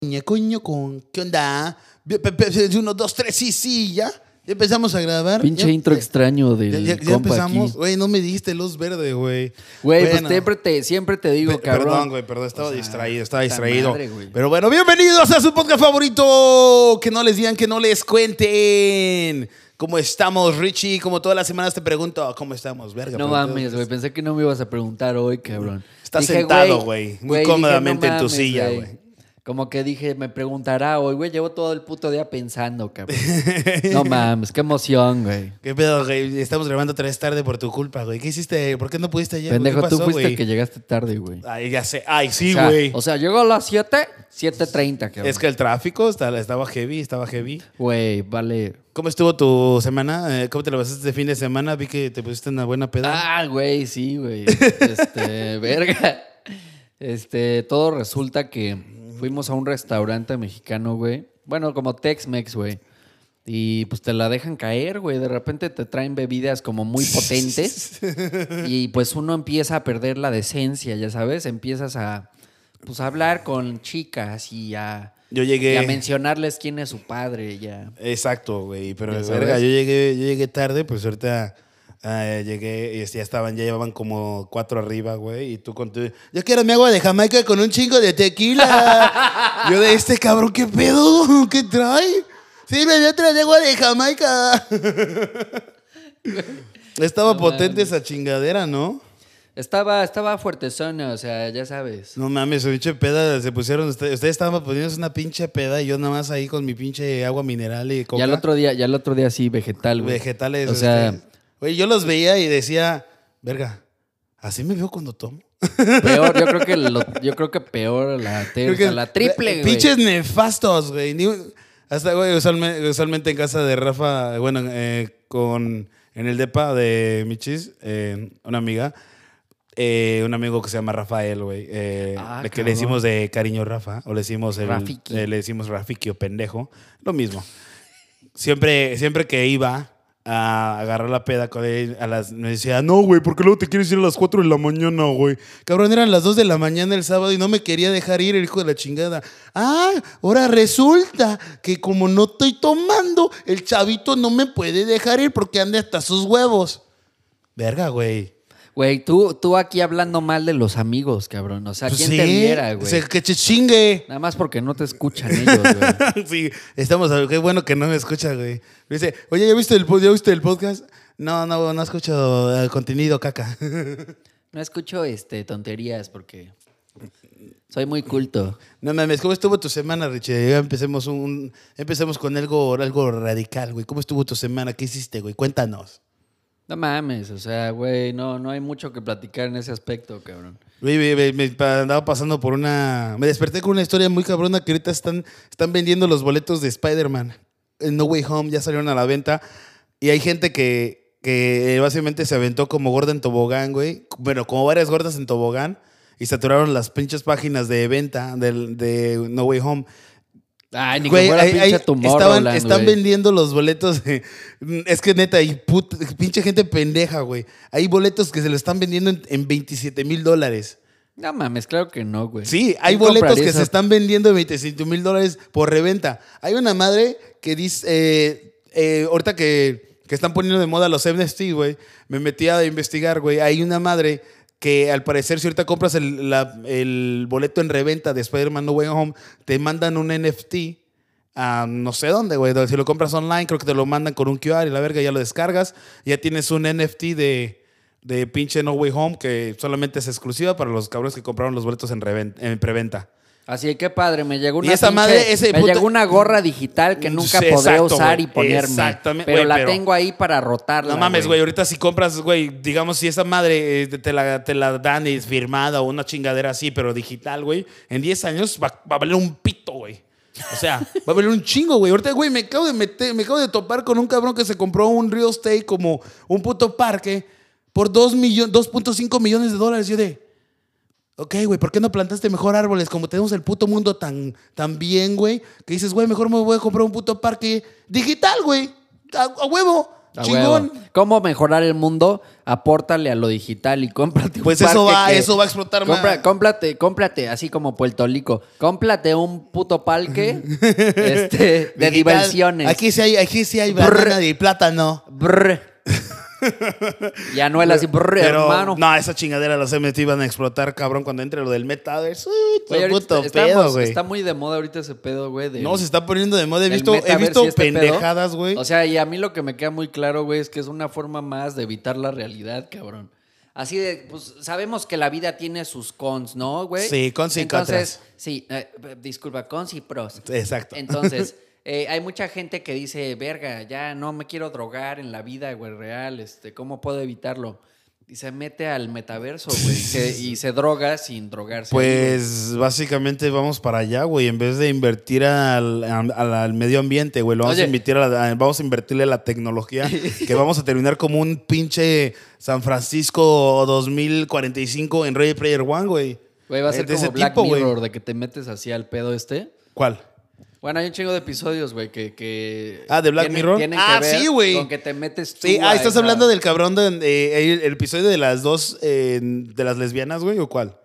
Coño, coño, con qué onda. ah? Pe- pe- pe- Uno, dos, tres, sí, sí, ya. Ya empezamos a grabar. Pinche Ya- intro ya- extraño del Ya, ya- ya compa empezamos. aquí. Güey, no me dijiste luz verde, güey. Güey, Bueno, pues siempre te, siempre te digo, pe- cabrón. Perdón, güey, perdón. Estaba O sea, distraído, estaba puta distraído. madre, güey. Pero bueno, bienvenidos a su podcast favorito. Que no les digan, que no les cuenten. ¿Cómo estamos, Richie? Como todas las semanas te pregunto, ¿cómo estamos, verga? No pero- mames, güey. Pensé que no me ibas a preguntar hoy, cabrón. Estás sentado, güey, muy cómodamente en tu silla, güey. Como que dije, me preguntará hoy, güey. Llevo todo el puto día pensando, cabrón. no mames, qué emoción, güey. ¿Qué pedo, güey? Estamos grabando tres tarde por tu culpa, güey. ¿Qué hiciste? ¿Por qué no pudiste ayer? güey? Pendejo, ¿Qué pasó, tú fuiste güey? el que llegaste tarde, güey. Ay, ya sé. Ay, sí, o sea, güey. o sea, llegó a las 7, 7.30, cabrón. es que el tráfico está- estaba heavy, estaba heavy. Güey, vale. ¿Cómo estuvo tu semana? Eh, ¿Cómo te lo pasaste este fin de semana? Vi que te pusiste una buena peda. Ah, güey, sí, güey. Este, verga. Este, todo resulta que fuimos a un restaurante mexicano, güey. Bueno, como Tex-Mex, güey. Y pues te la dejan caer, güey. De repente te traen bebidas como muy potentes. y pues uno empieza a perder la decencia, ya sabes. Empiezas a pues a hablar con chicas y a, yo y a llegué. mencionarles quién es su padre, ya. Exacto, güey. Pero Ya sabes. verga, yo llegué, yo llegué tarde, pues ahorita ah, llegué y ya estaban, ya llevaban como cuatro arriba, güey. Y tú con tu. Yo quiero mi agua de Jamaica con un chingo de tequila. yo de este cabrón, ¿qué pedo? ¿Qué trae? Sí, me dio otra de agua de Jamaica. Estaba No potente mames. esa chingadera, ¿no? Estaba, estaba fuertezona, o sea, ya sabes. No mames, su pinche peda se pusieron. Ustedes, ustedes estaban poniéndose una pinche peda y yo nada más ahí con mi pinche agua mineral y coca. Ya el otro día, ya el otro día sí, vegetal, güey. Vegetales. O sea, este, Güey, yo los veía y decía, verga, así me veo cuando tomo. peor, yo creo que lo- yo creo que peor la, ter- o sea, la triple, güey. Pinches nefastos, güey. Ni un- Hasta, güey, usualme- usualmente en casa de Rafa, bueno, eh, con. En el depa de Michis, eh, una amiga, eh, un amigo que se llama Rafael, güey. eh, Ah, le- que cabrón. le decimos de cariño Rafa, o le decimos el- Rafiki. eh, le decimos Rafiki o pendejo. Lo mismo. Siempre, siempre que iba a agarrar la peda con él, a las, me decía, no, güey, porque luego te quieres ir a las 4 de la mañana, güey. Cabrón, eran las 2 de la mañana el sábado y no me quería dejar ir, el hijo de la chingada. Ah, ahora resulta que como no estoy tomando, el chavito no me puede dejar ir porque anda hasta sus huevos. Verga, güey. Güey, tú, tú aquí hablando mal de los amigos, cabrón. O sea, Pues ¿quién sí, te viera, güey? o sea, que se chingue. Nada más porque no te escuchan ellos, güey. sí, estamos. a- Qué bueno que no me escucha, güey. Me dice, oye, ¿ya viste el, po- ya viste el podcast? No, no, no escucho eh, contenido caca. No escucho este tonterías porque soy muy culto. no mames, ¿cómo estuvo tu semana, Richie? Ya empecemos, un, empecemos con algo, algo radical, güey. ¿Cómo estuvo tu semana? ¿Qué hiciste, güey? Cuéntanos. No mames, o sea, güey, no, no hay mucho que platicar en ese aspecto, cabrón. Güey, me, me- me pa- andaba pasando por una. Me desperté con una historia muy cabrona que ahorita están, están vendiendo los boletos de Spider-Man. En No Way Home ya salieron a la venta. Y hay gente que, que eh, básicamente se aventó como gorda en tobogán, güey. Bueno, como varias gordas en tobogán. Y saturaron las pinches páginas de venta del, de No Way Home. Ay, ni Güey, que fuera ahí- ahí pinche tumor, estaban- Roland, están güey. vendiendo los boletos. de- es que neta, y put- pinche gente pendeja, güey. Hay boletos que se lo están vendiendo en, en 27 mil dólares. No mames, claro que no, güey. Sí, hay ¿Quién boletos compraría que se esa están vendiendo de 25 mil dólares por reventa. Hay una madre que dice, eh, eh, ahorita que, que están poniendo de moda los NFT, güey, me metí a investigar, güey, hay una madre que al parecer si ahorita compras el, la- el boleto en reventa de Spider-Man No Way Home, te mandan un NFT a no sé dónde, güey. Si lo compras online, creo que te lo mandan con un QR y la verga, ya lo descargas. Ya tienes un NFT de, de pinche No Way Home que solamente es exclusiva para los cabrones que compraron los boletos en, reven- en preventa. Así que padre, me llegó una Y esa pinche- madre, ese me puto- llegó una gorra digital que nunca Sí, podré exacto, usar güey. y ponerme. Exactamente, Pero güey, la pero- tengo ahí para rotarla. No mames, güey. Ahorita si compras, güey, digamos si esa madre eh, te- te la, te la dan y es firmada o una chingadera así, pero digital, güey, en 10 años va, va a valer un pito, güey. O sea, va a valer un chingo, güey. Ahorita, güey, me acabo de meter, me acabo de topar con un cabrón que se compró un real estate como un puto parque por 2 millo- 2.5 millones de dólares. Yo de, Ok, güey, ¿por qué no plantaste mejor árboles? Como tenemos el puto mundo tan, tan bien, güey, que dices, güey, mejor me voy a comprar un puto parque digital, güey. A, a huevo. A Chingón. huevo. ¿Cómo mejorar el mundo? Apórtale a lo digital y cómprate un Pues eso parque va, que- eso va a explotar Compra- más. cómprate, cómprate, así como Puerto Rico. Cómprate un puto parque este, de Digital. diversiones. Aquí sí hay, aquí sí hay Brr. banana y plátano. Brr. y Anuel así, brr, Pero, hermano. No, esa chingadera los MT iban a explotar, cabrón, cuando entre lo del metaverso. Uy, Güey, qué ahorita puto estamos- pedo, güey. Está muy de moda ahorita ese pedo, güey. del- No, se está poniendo de moda. He del visto, he metaverso visto y este pedo. pendejadas, güey. O sea, y a mí lo que me queda muy claro, güey, es que es una forma más de evitar la realidad, cabrón. Así de, pues sabemos que la vida tiene sus cons, ¿no, güey? Sí, cons y Entonces, contras. sí, eh, p- disculpa, cons y pros. Exacto. Entonces, eh, hay mucha gente que dice, verga, ya no me quiero drogar en la vida, güey, real, este, ¿cómo puedo evitarlo? Y se mete al metaverso, güey, y se- y se droga sin drogarse. Pues básicamente vamos para allá, güey. En vez de invertir al, al- al- al medio ambiente, güey, lo vamos, a Oye. invertir a la- a- vamos a invertirle a la tecnología. que vamos a terminar como un pinche San Francisco 2045 en Ready Player One, güey. Güey, va a Eh, ser de como ese Black tipo, güey. Mirror, de que te metes así al pedo este. ¿Cuál? Bueno, hay un chingo de episodios, güey, que, que... Ah, ¿de Black tienen- Mirror? tienen Ah, que ver sí, güey. Con que te metes tú Sí, a ah, estás esa- hablando del cabrón de, eh, el, el episodio de las dos, eh, de las lesbianas, güey, o cuál?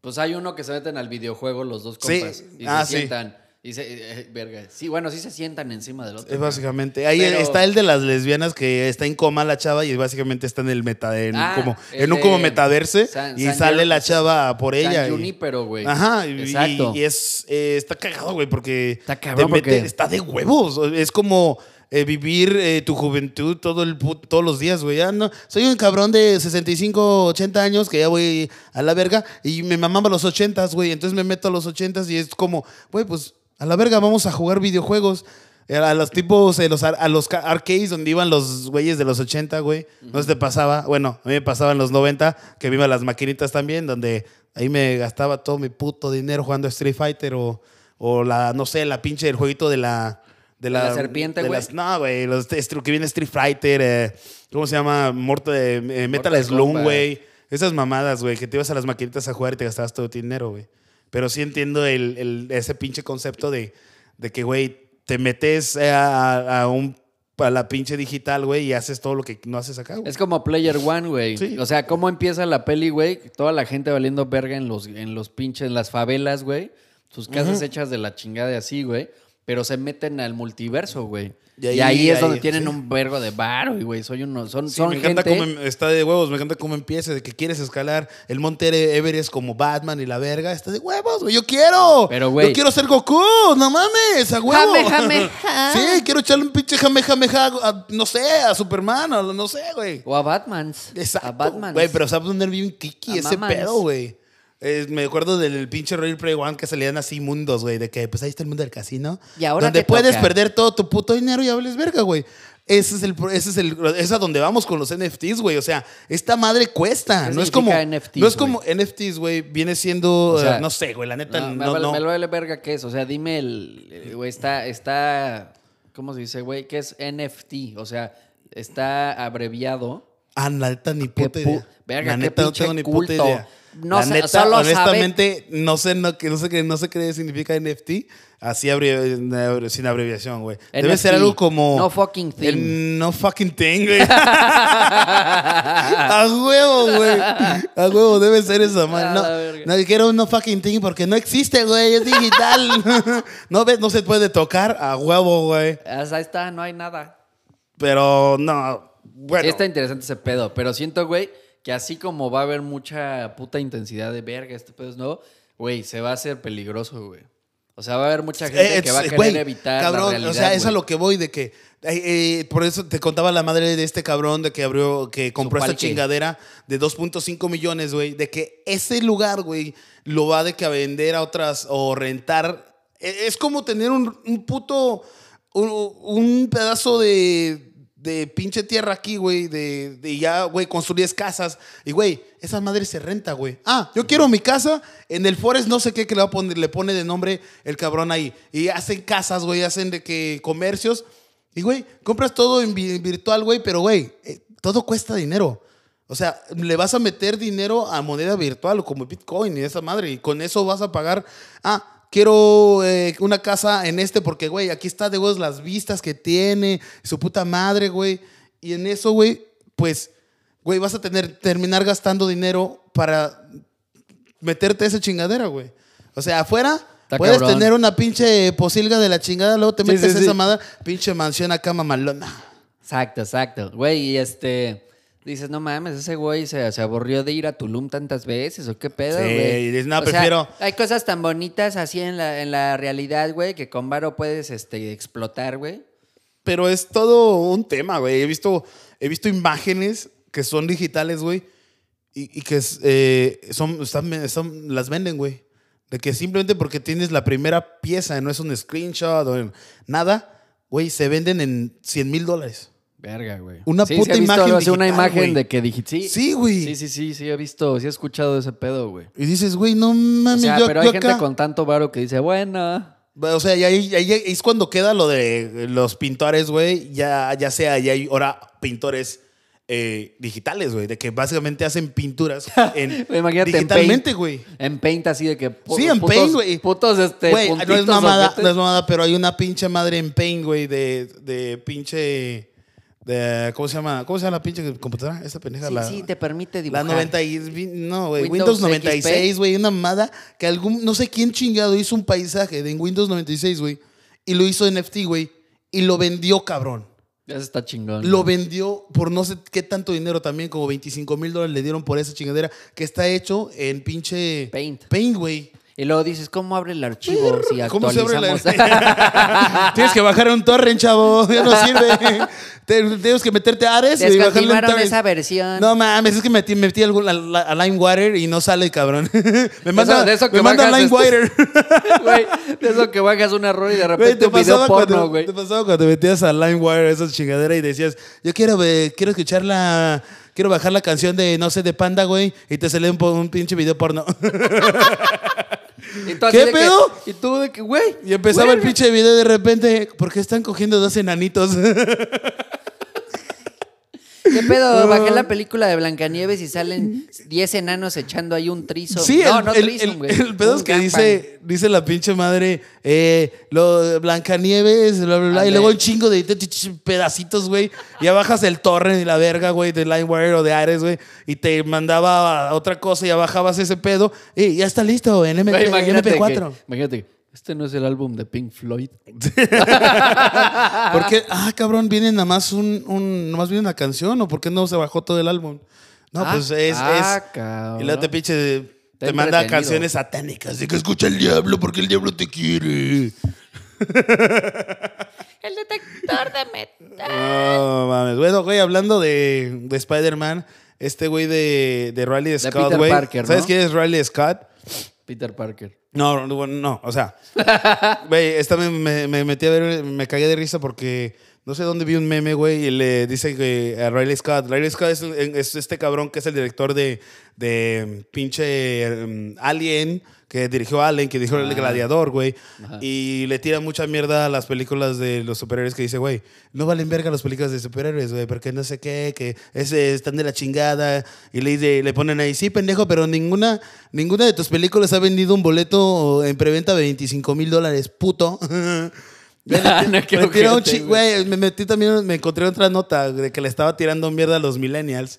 Pues hay uno que se meten al videojuego los dos Sí. compas. Y Ah, se sí. sientan. Y se... eh, verga. Sí, bueno, sí se sientan encima del otro. Es básicamente. Ahí Pero- está el de las lesbianas que está en coma la chava y básicamente está en el meta, en, Ah, como, el en un de como metaverse San- y San sale Jun- la chava por San ella. y- Junípero, güey. Ajá, y, Exacto. y es, eh, está cagado, güey, porque Está cabrón porque- está de huevos. Es como eh, vivir eh, tu juventud todo el put- todos los días, güey. Ah, no, soy un cabrón de 65, 80 años que ya voy a la verga y me mamaba los 80, güey. Entonces me meto a los 80 y es como, güey, pues a la verga vamos a jugar videojuegos. Eh, A los tipos, eh, los ar- a los ca- arcades donde iban los güeyes de los 80, güey. No se te pasaba. Bueno, a mí me pasaba en los 90, que me iba a las maquinitas también, donde ahí me gastaba todo mi puto dinero jugando Street Fighter o, o la, no sé, la pinche del jueguito de la. De la serpiente, de güey. las- No, güey. Los de- estru- que viene Street Fighter, eh, ¿cómo se llama? Mortal, eh, Metal Mortal Slum, Kombat. güey. Esas mamadas, güey, que te ibas a las maquinitas a jugar y te gastabas todo tu dinero, güey. Pero sí entiendo el, el- ese pinche concepto de, de que, güey, te metes eh, a, a un, a la pinche digital, güey, y haces todo lo que no haces acá, güey. Es como Player One, güey. Sí. O sea, cómo empieza la peli, güey. Toda la gente valiendo verga en los, en los pinches, en las favelas, güey. Sus casas hechas de la chingada y así, güey. Pero se meten al multiverso, güey. Y Y ahí- ahí, es ahí, donde tienen sí. un vergo de varo, güey. Soy uno, son, Sí, son me gente. encanta cómo em- está de huevos, me encanta cómo empieza, de que quieres escalar el monte Ere- Everest como Batman y la verga. Está de huevos, güey, yo quiero. Pero, güey. Yo quiero ser Goku, no mames, a huevo. Jame, jame, ja. Sí, quiero echarle un pinche jame, jame, ja, a- no sé, a Superman, a- no sé, güey. O a Batmans. Exacto. A Batman. Güey, pero sabes dónde vi un kiki A ese mamans. pedo, güey. Eh, me acuerdo del pinche Real Play One que salían así mundos, güey, de que pues ahí está el mundo del casino. Y ahora donde te puedes toca. perder todo tu puto dinero y hables verga, güey. Ese es el, pro- ese es el, es a donde vamos con los NFTs, güey. O sea, esta madre cuesta. ¿Qué No es como, significa NFTs, no es como NFTs, güey. Viene siendo, O sea, eh, no sé, güey. La neta, No, no, me, no. vale, me vale verga qué es. O sea, dime el. eh, Güey, está, está. ¿Cómo se dice, güey? ¿Qué es NFT? O sea, está abreviado. Ah, la neta, ni Qué puta pu- idea. Verga, la qué neta, no pinche tengo ni culto. puta idea. No la sé, neta, solo sabe- honestamente, no sé, no, que- no sé qué no sé qué significa NFT. Así abrevi- sin abreviación, güey. Debe NFT, ser algo como... no fucking thing. El no fucking thing, güey. A huevo, güey. A huevo, debe ser esa A la madre. verga. No, no quiero un no fucking thing porque no existe, güey. Es digital. no, ves, no se puede tocar. A huevo, güey. O sea, está, no hay nada. Pero no... Bueno. Está interesante ese pedo, pero siento, güey, que así como va a haber mucha puta intensidad de verga, este pedo es nuevo, güey, se va a hacer peligroso, güey. O sea, va a haber mucha gente Eh, que va a eh, querer güey, evitar Cabrón, la realidad, o sea, es a güey. lo que voy de que. eh, eh, por eso te contaba la madre de este cabrón de que abrió, que compró esta parque. chingadera de 2.5 millones, güey. De que ese lugar, güey, lo va de que a vender a otras o rentar. E- Es como tener un, un puto. Un, un pedazo de. De pinche tierra aquí, güey. De, de ya, güey, construyes casas. Y, güey, esa madre se renta, güey. Ah, yo quiero mi casa en el Forest, no sé qué que le, va a poner, le pone de nombre el cabrón ahí. Y hacen casas, güey, hacen de que comercios. Y, güey, compras todo en vi- virtual, güey, pero, güey, eh, todo cuesta dinero. O sea, le vas a meter dinero a moneda virtual como Bitcoin y esa madre. Y con eso vas a pagar. Ah, quiero eh, una casa en este porque, güey, aquí está de huevos las vistas que tiene, su puta madre, güey. Y en eso, güey, pues, güey, vas a tener, terminar gastando dinero para meterte esa chingadera, güey. O sea, afuera Está puedes cabrón. tener una pinche posilga de la chingada, luego te Sí, metes sí, esa sí. madre, pinche mansión acá mamalona. Exacto, exacto. Güey, y este. Dices, no mames, ese güey se, se aburrió de ir a Tulum tantas veces, o qué pedo, Sí, güey. y dices, no, O sea, prefiero- hay cosas tan bonitas así en la, en la realidad, güey, que con varo puedes este, explotar, güey. Pero es todo un tema, güey. He visto, he visto imágenes que son digitales, güey. Y, y que es, eh, son, están- son- las venden, güey. De que simplemente porque tienes la primera pieza, no es un screenshot o nada, güey, se venden en 100 mil dólares. Verga, güey. Una Sí, puta sí he visto imagen algo así, una digital, imagen güey. de que dije, sí. Sí, güey. Sí, sí, sí, sí, he visto, sí he escuchado ese pedo, güey. Y dices, güey, no O mames, sea, yo, pero yo hay gente acá- con tanto varo que dice, bueno. O sea, y ahí, ahí es cuando queda lo de los pintores, güey. Ya, ya sea, ya hay ahora pintores eh, digitales, güey. De que básicamente hacen pinturas en, Güey, imagínate en digitalmente, Paint. güey. En Paint así de que... pu- Sí, en putos- Paint, güey. Putos, este, Güey, no es puntitos, mamada, ojetes. no es mamada, pero hay una pinche madre en Paint, güey, de, de pinche... De, ¿Cómo se llama? ¿Cómo se llama la pinche computadora? Esa pendeja. Sí, la, sí, te permite La dibujar. 90 y... No, güey. Windows, Windows 96, güey. Una mamada que algún... No sé quién chingado hizo un paisaje de en Windows 96, güey. Y lo hizo NFT, güey. Y lo vendió, cabrón. Eso está chingón. Lo vendió por no sé qué tanto dinero también. Como 25 mil dólares le dieron por esa chingadera. Que está hecho en pinche... Paint. Paint, güey. Y luego dices, ¿cómo abre el archivo si actualizamos? ¿Cómo se abre la... Tienes que bajar un torrent, chavo. Ya no sirve. Te- Tienes que meterte a Ares y bajarle un Descontinuaron torrent. esa versión. No mames, es que metí, metí algún- a, la- a LimeWire y no sale, cabrón. me manda, de eso que me manda bajas, este LimeWire. Güey, de eso que bajas un error y de Güey, repente te, un video pasaba porno, cuando, güey. te pasaba cuando te metías a LimeWire, esa chingadera, y decías, yo quiero, eh, quiero escuchar la. Quiero bajar la canción de, no sé, de Panda, güey, y te sale un, po- un pinche video porno. Y tú así ¿Qué de que- pedo? y tú de que, güey. Y empezaba el güey, pinche video de repente, ¿por qué están cogiendo dos enanitos? ¿Qué pedo? Bajé la película de Blancanieves y salen 10 enanos echando ahí un trizo. Sí, no, el, no el- trizo, el- güey. el pedo es Un que gangbang. dice, dice la pinche madre, eh, lo Blancanieves, bla, bla, bla, y Ándale. luego un chingo de t- t- t- pedacitos, güey. Ya bajas el torre de la verga, güey, de Linewire o de Ares, güey, y te mandaba a otra cosa y ya bajabas ese pedo. Y ya está listo, en MP, Güey, imagínate, MP4. que- imagínate, que, este no es el álbum de Pink Floyd. Porque, ah, cabrón, viene nada más un, un nomás viene una canción, o por qué no se bajó todo el álbum. No, Ah, pues es, ah, es. cabrón. Y luego te pinche. Te manda entretenido. canciones satánicas de que escucha el diablo porque el diablo te quiere. El detector de metal. No mames. Bueno, güey, hablando de, de Spider-Man, este güey de, de Riley Scott, Peter güey. Parker, ¿no? ¿Sabes quién es Riley Scott? Peter Parker. No, no, bueno, no, o sea. Güey, esta me, me- me metí a ver, me cagué de risa porque no sé dónde vi un meme, güey, y le dice que a Riley Scott. Riley Scott es, el- es este cabrón que es el director de, de pinche um, Alien, que dirigió Alien, que dirigió El Gladiador, güey. Y le tira mucha mierda a las películas de los superhéroes que dice, güey, no valen verga las películas de superhéroes, güey, porque no sé qué, que es, eh, están de la chingada. Y le, dice- le ponen ahí, sí, pendejo, pero ninguna, ninguna de tus películas ha vendido un boleto en preventa de 25 mil dólares, puto. Ah, no, qué Me tiró un chi- ojete, güey, me metí también, me encontré otra nota de que le estaba tirando mierda a los millennials.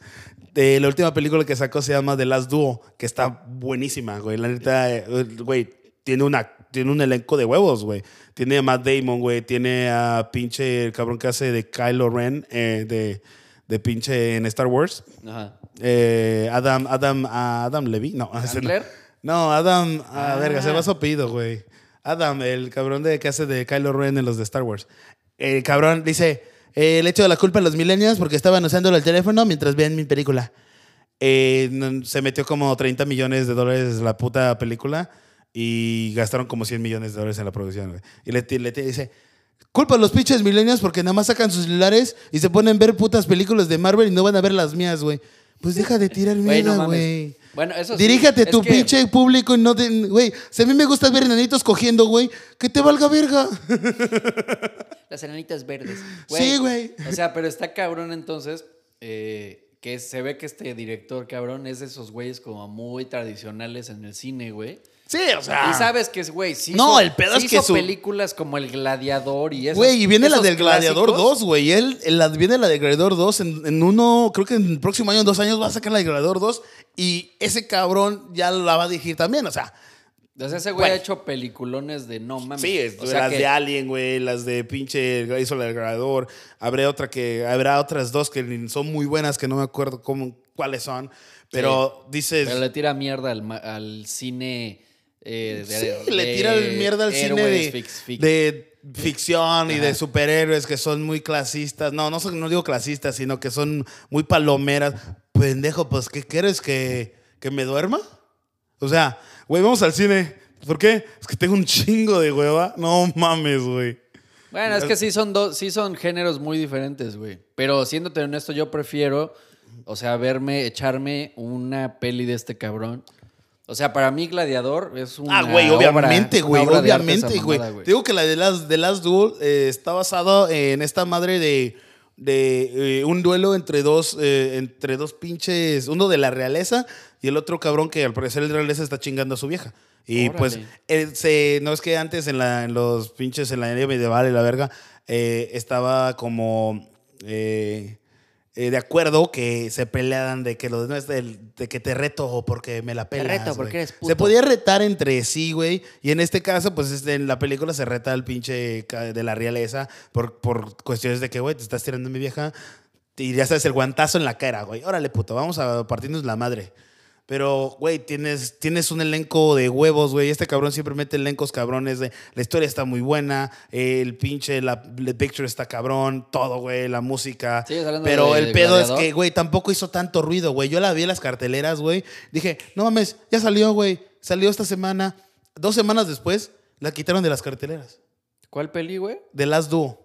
De la última película que sacó se llama The Last Duo, que está buenísima, güey. La neta, eh, güey, tiene, una, tiene un elenco de huevos, güey. Tiene a Matt Damon, güey. Tiene a pinche el cabrón que hace de Kylo Ren, eh, de, de pinche en Star Wars. Ajá. Eh, Adam, Adam, a Adam Levy, no. ese no. ¿Sandler? No, Adam, a Ah. verga, se va su apellido, güey. Adam, el cabrón de que hace de Kylo Ren en los de Star Wars. El cabrón dice, eh, el hecho de la culpa a los millennials porque estaban usando el teléfono mientras veían mi película. Eh, no- se metió como 30 millones de dólares la puta película y gastaron como 100 millones de dólares en la producción, güey. Y le, ti- le ti- dice, culpa a los pinches millennials porque nada más sacan sus celulares y se ponen a ver putas películas de Marvel y no van a ver las mías, güey. Pues deja de tirar Güey, no mierda, mames. güey. Bueno, eso sí, Diríjate es tu que- pinche público y no te. Güey, si a mí me gusta ver enanitos cogiendo, güey, que te valga verga. Las enanitas verdes. Sí, güey. O sea, pero está cabrón entonces eh, que se ve que este director, cabrón, es de esos güeyes como muy tradicionales en el cine, güey. Sí, o sea. Y sabes que es, güey, sí. Ah. No, hizo- el pedo sí es que hizo su- películas como El Gladiador y eso. Güey, y viene la del Gladiador 2, güey. Él, él la- viene la del Gladiador 2 en, en uno, creo que en el próximo año, en dos años, va a sacar la del Gladiador 2 y ese cabrón ya la va a dirigir también, o sea. O sea, ese güey Güey. ha hecho peliculones de no mames. Sí, es- o sea, las que- de Alien, güey, las de pinche hizo la del Gladiador. Habrá otra que habrá otras dos que ni- son muy buenas que no me acuerdo cómo, cuáles son, pero dices Pero le tira mierda al, ma- al cine. eh, de- sí, le de tira el mierda al cine héroes de, fix- fix- de ficción y de Ajá. superhéroes que son muy clasistas. No, no, son- no digo clasistas, sino que son muy palomeras. Pendejo, pues, ¿qué quieres? ¿Que, que me duerma? O sea, güey, vamos al cine. ¿Por qué? Es que tengo un chingo de hueva. No mames, güey. Bueno, es que sí son dos, sí son géneros muy diferentes, güey. Pero siéndote honesto, yo prefiero, o sea, verme, echarme una peli de este cabrón. O sea, para mí Gladiador es una Ah, güey, obra- obviamente, una güey, obra de arte obviamente, esa güey. mamada, Te Digo que la de las de Last Duel eh, está basada en esta madre de, de eh, un duelo entre dos, eh, entre dos pinches, uno de la realeza y el otro cabrón que al parecer el realeza está chingando a su vieja. Y Órale. pues, eh, se- no es que antes en, la, en los pinches, en la era medieval y la verga, eh, estaba como... eh, eh, de acuerdo que se pelearan de que lo no es del- de que te reto o porque me la pelas. reto porque güey. eres puto. Se podía retar entre sí, güey. Y en este caso, pues este, en la película se reta al pinche ca- de la realeza por, por cuestiones de que, güey, te estás tirando a mi vieja. Y ya sabes, el guantazo en la cara, güey. Órale, puto, vamos a partirnos la madre. Pero, güey, tienes, tienes un elenco de huevos, güey. Este cabrón siempre mete elencos cabrones. De, la historia está muy buena. El pinche, la, the picture está cabrón. Todo, güey. La música. ¿Sigues hablando Pero de el pedo es Gladiador? que, güey, tampoco hizo tanto ruido, güey. Yo la vi en las carteleras, güey. Dije, no mames, ya salió, güey. Salió esta semana. Dos semanas después, la quitaron de las carteleras. ¿Cuál peli, güey? De Last Duo.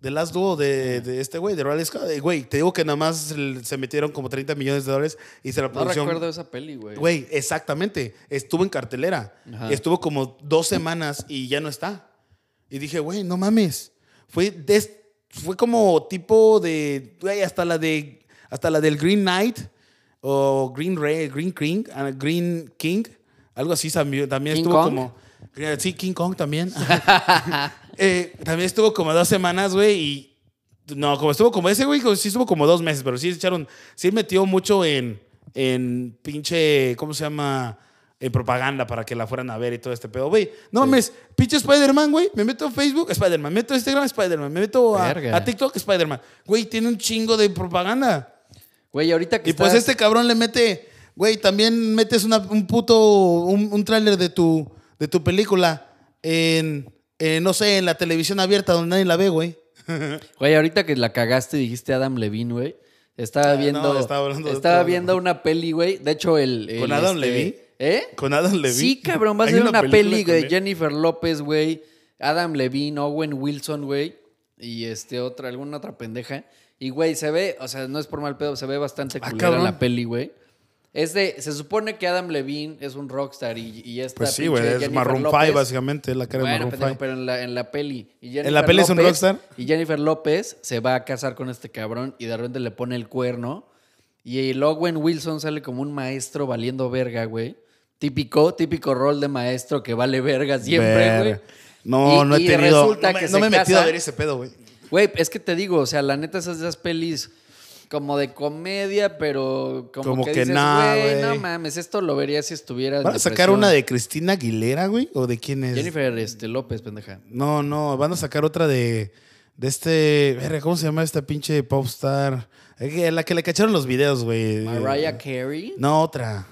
De Last Duo de, de este güey, de Rally Scott. Eh, Güey, te digo que nada más el- se metieron como 30 millones de dólares y se la No producción. recuerdo esa peli, güey. Pues Güey, exactamente. Estuvo en cartelera. Ajá. Estuvo como dos semanas y ya no está. Y dije, güey, no mames. Fue, des- fue como tipo de. Güey, hasta la de. Hasta la del Green Knight. O Green Ray, Green King. ah, Green King. Algo así también, también ¿King estuvo Kong? como. eh, Sí, King Kong también. Eh, también estuvo como dos semanas, güey, y. No, como estuvo como ese, güey, como- sí estuvo como dos meses, pero sí echaron. Sí metió mucho en. En pinche. ¿Cómo se llama? En propaganda para que la fueran a ver y todo este pedo, güey. No mames, pinche Spider-Man, güey. Me meto a Facebook, Spider-Man. Me meto a Instagram, Spider-Man. Me meto a, Verga. a TikTok, Spider-Man. Güey, tiene un chingo de propaganda. Güey, ahorita que Y pues estás- este cabrón le mete, güey, también metes una- un puto, un, un tráiler de tu, de tu película en, en, no sé, en la televisión abierta donde nadie la ve, güey. este- Güey, ahorita que la cagaste y dijiste Adam Levine, güey. Estaba Ah, viendo. no, estaba hablando de estaba otro, viendo una peli, güey. De hecho, el. el, ¿Con Adam Levine? ¿Eh? Con Adam Levine. Sí, cabrón. Va a Hay ser una, peli película de con él. Jennifer López, güey. Adam Levine, Owen Wilson, güey. Y este otra, alguna otra pendeja. Y, güey, se ve, o sea, no es por mal pedo, se ve bastante Ah, culera cabrón. la peli, güey. Es de, se supone que Adam Levine es un rockstar y, y esta Pues sí, pinche güey, es Jennifer Maroon López- 5, básicamente, es la cara de bueno, Maroon pendejo, 5. pero en la, en la peli. Y Jennifer la peli es un López- rockstar? Y Jennifer López se va a casar con este cabrón y de repente le pone el cuerno. Y el Owen Wilson sale como un maestro valiendo verga, güey. Típico, típico rol de maestro que vale verga siempre, Verga. güey. No, Y- no he y tenido. resulta no me, que no se me he metido casa. a ver ese pedo, güey. Güey, es que te digo, o sea, la neta esas, esas pelis como de comedia, pero como, Como que, que dices, nah, güey, güey. no mames, esto lo vería si estuviera en ¿Van a sacar depresión". una de Cristina Aguilera, güey? ¿O de quién es? Jennifer este, López, pendeja. No, no, van a sacar otra de. De este. verga, ¿Cómo se llama esta pinche popstar? Es que- La que le cacharon los videos, güey. Mariah Carey. No, otra.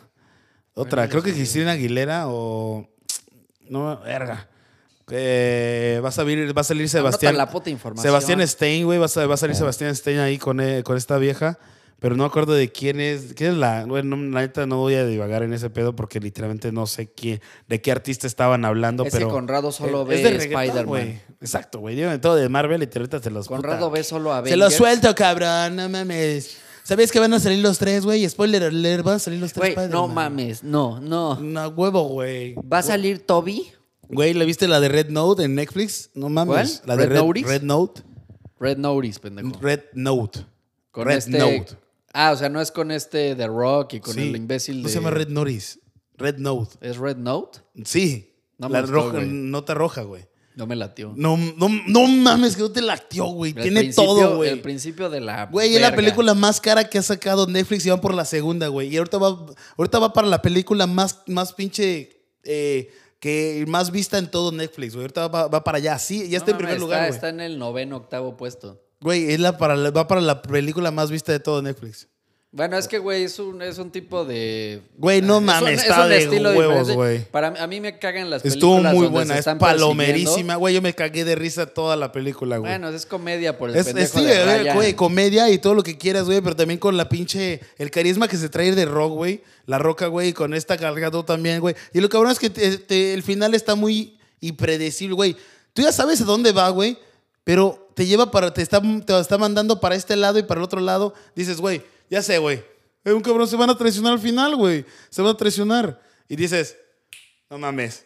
Otra. Creo que Cristina Aguilera o. No, verga. Eh, va, a salir, va a salir Sebastián. la puta información. Oh. Sebastián Stein, güey. Va, a sa- va a salir Sebastián Stein ahí con, eh, con esta vieja. Pero no me acuerdo de quién es. ¿Quién es la.? Bueno, no, la neta no voy a divagar en ese pedo porque literalmente no sé quién, de qué artista estaban hablando. Es que pero Conrado solo Eh, ve es de reggaetón, güey. Spider-Man. Exacto, güey. Dime todo de Marvel y te ahorita te los Conrado puta. ve solo a Se lo Avengers. suelto, cabrón. No mames. ¿Sabías que van a salir los tres, güey? Spoiler alert, van a salir los tres. Güey, no Spider-Man. mames, no, no. No, huevo, güey. ¿Va a salir Toby? Güey, ¿la viste la de Red Note en Netflix? No mames. ¿Cuál? La de ¿Red Red, Notice? Red Note. Red Notice, pendejo. Red Note. Con Red este- Note. Ah, o sea, no es con este The Rock y con Sí. el imbécil No de... se llama Red Norris. Red Note. ¿Es Red Note? Sí. No me la gustó, roja, güey. nota roja, güey. No me latió. No, no, no mames, que no te lacteó, güey. El Tiene principio- todo, El güey. principio de la. Güey, es la verga. película más cara que ha sacado Netflix y van por la segunda, güey. Y ahorita va, ahorita va para la película más, más pinche. eh, que más vista en todo Netflix, güey. Ahorita va, va para allá. Sí, ya está No en primer mames, lugar, está- güey. Está en el noveno, octavo puesto. Güey, es la para la- va para la película más vista de todo Netflix. Bueno, es que, güey, es un, es un tipo de. Ah, Güey, no es un- mames, es está un de estilo huevos, diferente. güey. Para mí, a mí me cagan las películas. Estuvo muy donde buena, se es están persiguiendo. palomerísima. Güey, yo me cagué de risa toda la película, güey. Bueno, es comedia por el Es, pendejo es sí, de a ver, Ryan. güey, comedia y todo lo que quieras, güey, pero también con la pinche. El carisma que se trae de rock, güey. La roca, güey, y con esta cargado también, güey. Y lo cabrón es que te- te- el final está muy impredecible, güey. Tú ya sabes a dónde va, güey, pero te lleva para. Te está, te está mandando para este lado y para el otro lado. Dices, güey, ya sé, güey. Eh, un cabrón se van a traicionar al final, güey. Se van a traicionar. Y dices, no mames.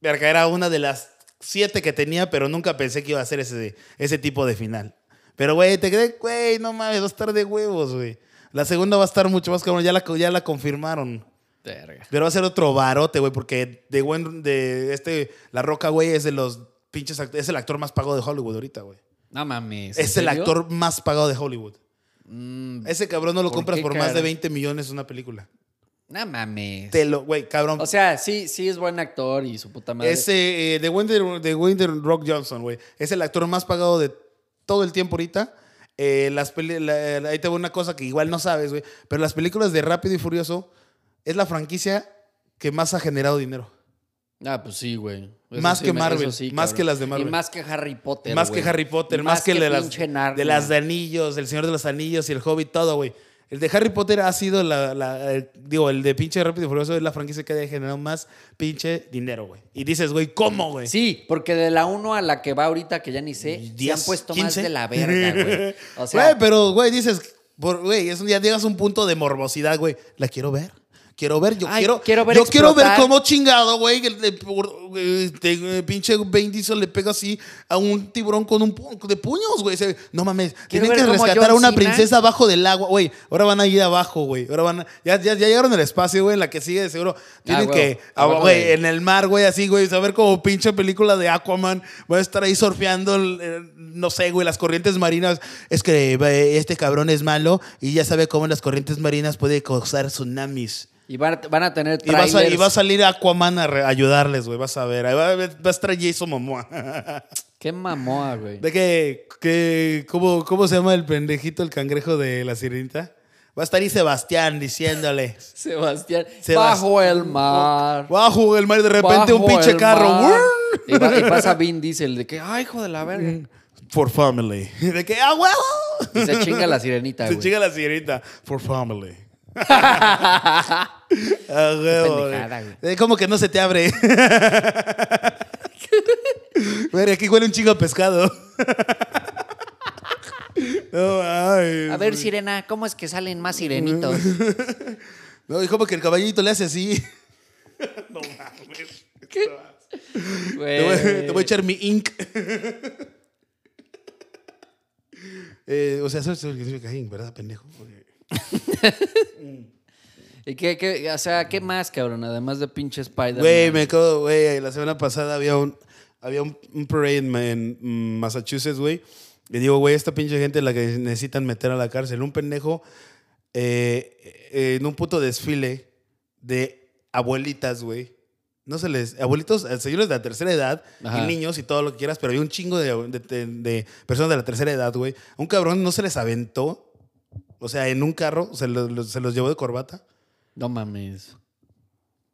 Verga, era una de las siete que tenía, pero nunca pensé que iba a ser ese, ese tipo de final. Pero, güey, te quedé, güey, no mames, va a estar de huevos, güey. La segunda va a estar mucho más cabrón, ya la, ya la confirmaron. Verga. Pero va a ser otro barote, güey, porque de, buen, de este, La Roca, güey, es de los pinches, act- es el actor más pagado de Hollywood ahorita, güey. No mames. ¿en Es el serio? actor más pagado de Hollywood. Mm, Ese cabrón no lo ¿Por compras qué, por más de cara? 20 millones una película. no mames. Te lo, güey, cabrón. O sea, sí, sí es buen actor y su puta madre. Es eh, eh, de Wonder, de Wonder Rock Johnson, güey. Es el actor más pagado de todo el tiempo ahorita. Eh, las peli- la- la- ahí te voy una cosa que igual no sabes, güey. Pero las películas de Rápido y Furioso es la franquicia que más ha generado dinero. Ah, pues sí, güey. Eso Más que me- Marvel, eso más cabrón. que las de Marvel. Y más que Harry Potter. más que güey. Harry Potter, Y más, que, de, las, pinche de Narnia. las de anillos, del Señor de los Anillos y el Hobbit, todo, güey. El de Harry Potter ha sido la, la- el- digo, el de pinche Rápido y Furioso es la franquicia que ha generado más pinche dinero, güey. Y dices, güey, ¿cómo, güey? Sí, porque de la 1 a la que va ahorita, que ya ni sé, se 10, han puesto más 15. de la verga, güey. O Güey, sea, pero, güey, dices, por- güey, es un día llegas a un punto de morbosidad, güey. La quiero ver. Quiero ver, yo Ay, quiero. quiero ver yo quiero ver explotar. cómo chingado, güey. que le- por- eh, te- eh, pinche Vin Diesel le pega así a un tiburón con un pu- de puños, güey. Se- No mames. Quiero Tienen ver que cómo rescatar a John una Cena- princesa abajo del agua, güey. Ahora van a ir abajo, güey. Ahora van a- ya, ya, ya llegaron al espacio, güey. En la que sigue, de seguro. Tienen güey. que. ah, Abajo güey, de- en el mar, güey, así, güey. Saber como pinche película de Aquaman. Voy a estar ahí surfeando, el- el- no sé, güey, las corrientes marinas. Es que eh, este cabrón es malo y ya sabe cómo las corrientes marinas puede causar tsunamis. y van, van a tener Y va, a, sa- trailers. y va a salir Aquaman a re- ayudarles, güey. Vas a ver. Ahí va, va a estar Jason Momoa. Qué mamoa, güey. ¿De qué? qué- cómo, ¿Cómo se llama el pendejito, el cangrejo de la sirenita? Va a estar ahí Sebastián diciéndole. Sebastián, Sebast- bajo el mar. Bajo el mar y de repente un bajo pinche el carro. mar. ¡Wuuu! Y, va- y pasa Vin Diesel de que, ay, hijo de la verga. For family. De que, ah, huevo. Y se chinga la sirenita, Se güey. chinga la sirenita. For family. Ah, pendejada, huevo. güey. Eh, Como que no se te abre. Mira, aquí huele un chingo a pescado. No, ay. A ver, sirena, ¿cómo es que salen más sirenitos? Mm. No, y como que el caballito le hace así. Güey. Te voy, te voy a echar mi ink. Eh, o sea, eso es lo que significa ink, ¿verdad, pendejo? ¿Y qué, qué- o sea, qué más, cabrón? Además de pinche Spider-Man. Güey, me acabo, güey, la semana pasada había un, había un, un parade en, en Massachusetts, güey. Le digo, güey, esta pinche gente es la que necesitan meter a la cárcel. Un pendejo eh, eh, en un puto desfile de abuelitas, güey. No se les. Abuelitos, eh, señores de la tercera edad Ajá. y niños y todo lo que quieras, pero había un chingo de, de- de- de personas de la tercera edad, güey. A Un cabrón no se les aventó. O sea, en un carro se los, los- se los llevó de corbata. No mames.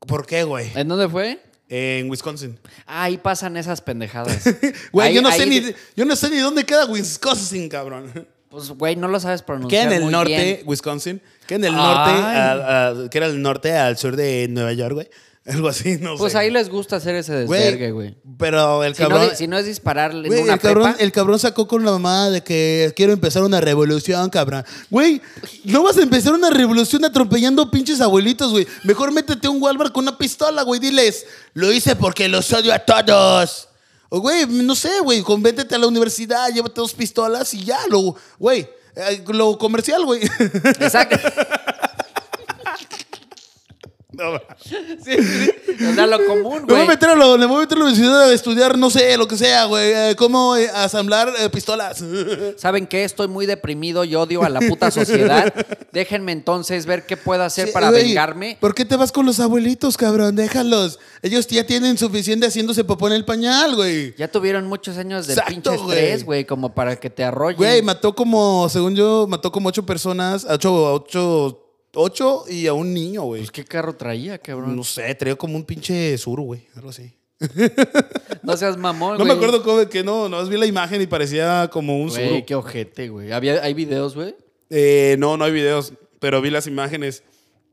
¿Por qué, güey? ¿En dónde fue? Ah, En Wisconsin. Ahí pasan esas pendejadas. Güey, Ahí- yo no, sé ahí- ni, yo no sé ni dónde queda Wisconsin, cabrón. Pues, güey, no lo sabes pronunciar. Queda en el muy norte, bien. Wisconsin. Queda en el Ay. norte, al- al- que era el norte al sur de Nueva York, güey. Algo así, no Pues sé. ahí les gusta hacer ese desvergue, güey. Pero el Si, no, cabrón. di- si no es dispararle Güey, en una el, cabrón, prepa, el cabrón sacó con la mamada de que quiero empezar una revolución, cabrón. Güey, no vas a empezar una revolución atropellando pinches abuelitos, güey. Mejor métete a un Walmart con una pistola, güey. Diles, lo hice porque los odio a todos. O, güey, no sé, güey, convéntete a la universidad, llévate dos pistolas y ya, lo, güey. Eh, lo comercial, güey. Exacto. No, ma. Sí, sí. O sea, lo común, me voy a güey. meter a la, me voy a meter a la universidad a estudiar, no sé, lo que sea, güey. eh, cómo eh, asamblar eh, pistolas. ¿Saben qué? Estoy muy deprimido y odio a la puta sociedad. Déjenme entonces ver qué puedo hacer Sí, para güey, pues vengarme. ¿Por qué te vas con los abuelitos, cabrón? Déjalos. Ellos ya tienen suficiente haciéndose popó en el pañal, güey. Ya tuvieron muchos años de Exacto, pinche güey. estrés, güey, como para que te arrollen. Güey, mató como, según yo, mató como ocho personas, a ocho, a ocho, ocho y a un niño, güey. Pues, ¿Qué carro traía, cabrón? No sé, traía como un pinche sur, güey, algo así. No seas mamón, No güey. me acuerdo cómo, que no, no vi la imagen y parecía como un Güey, sur. qué ojete, güey. Había- ¿Hay videos, güey? Eh, no, no hay videos, pero vi las imágenes.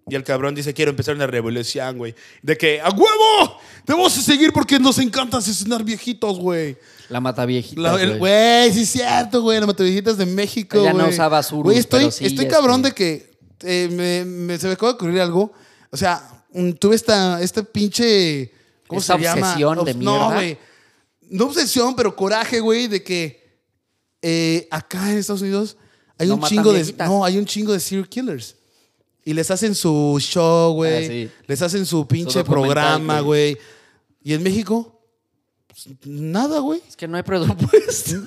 Y el cabrón dice, quiero empezar una revolución, güey. De que, ¡a huevo! Te vamos a seguir porque nos encanta asesinar viejitos, güey. La mata viejita, La- el- Güey, sí es cierto, güey. Las mataviejitas de México, Ella güey. no usaba surus, Güey, estoy, pero sí, estoy este- cabrón de que eh, me, me- se me acaba de ocurrir algo. O sea, mm, tuve esta, esta pinche... ¿Cómo Esa se llama? obsesión de Obs- No, mierda. güey. No obsesión, pero coraje, güey, de que eh, acá en Estados Unidos hay No un matan chingo de... viejitas. No, hay un chingo de serial killers. Y les hacen su show, güey. Ah, sí. Les hacen su pinche documental, programa, güey. Y en México, pues, nada, güey. Es que no hay presupuesto.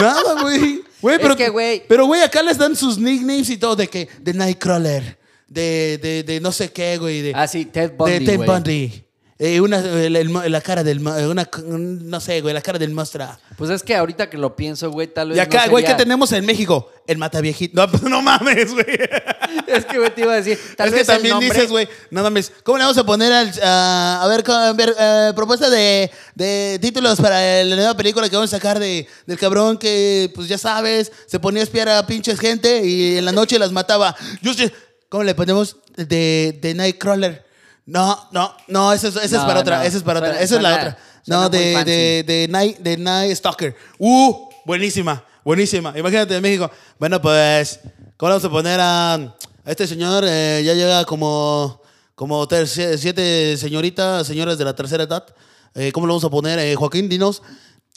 Nada, güey. Güey, Es pero, que, güey. pero, güey, acá les dan sus nicknames y todo de que, de Nightcrawler, de, de, de no sé qué, güey, de, ah, sí, Ted de Bundy, Ted güey. Bundy. Eh, una, el- el mo- la cara del, mo- una, un- no sé, güey, la cara del monstruo. Pues es que ahorita que lo pienso, güey, tal vez Y acá, no güey, sería- ¿qué tenemos en México? El mataviejito. No, pues, no mames, güey. Es que, güey, te iba a decir, tal Es que vez el también nombre- dices, güey, no mames, ¿cómo le vamos a poner al, ah, a, a ver, co- a ver, eh, propuesta de, de títulos para la nueva película que vamos a sacar de, del cabrón que, pues ya sabes, se ponía a espiar a pinches gente y en la noche las mataba. Yo sé, ¿cómo le ponemos de, de Nightcrawler? No, no, no, esa es, esa es No, para otra, no. esa es para otra, Suena- esa es la suena- otra. suena No, muy de, fancy. de, de Night, de Night Stalker. ¡Uh! Buenísima, buenísima. Imagínate en México. Bueno, pues, ¿cómo le vamos a poner a, a este señor? Eh, ya llega como, como ter- siete señoritas, señoras de la tercera edad. Eh, ¿Cómo le vamos a poner? Eh, Joaquín, dinos.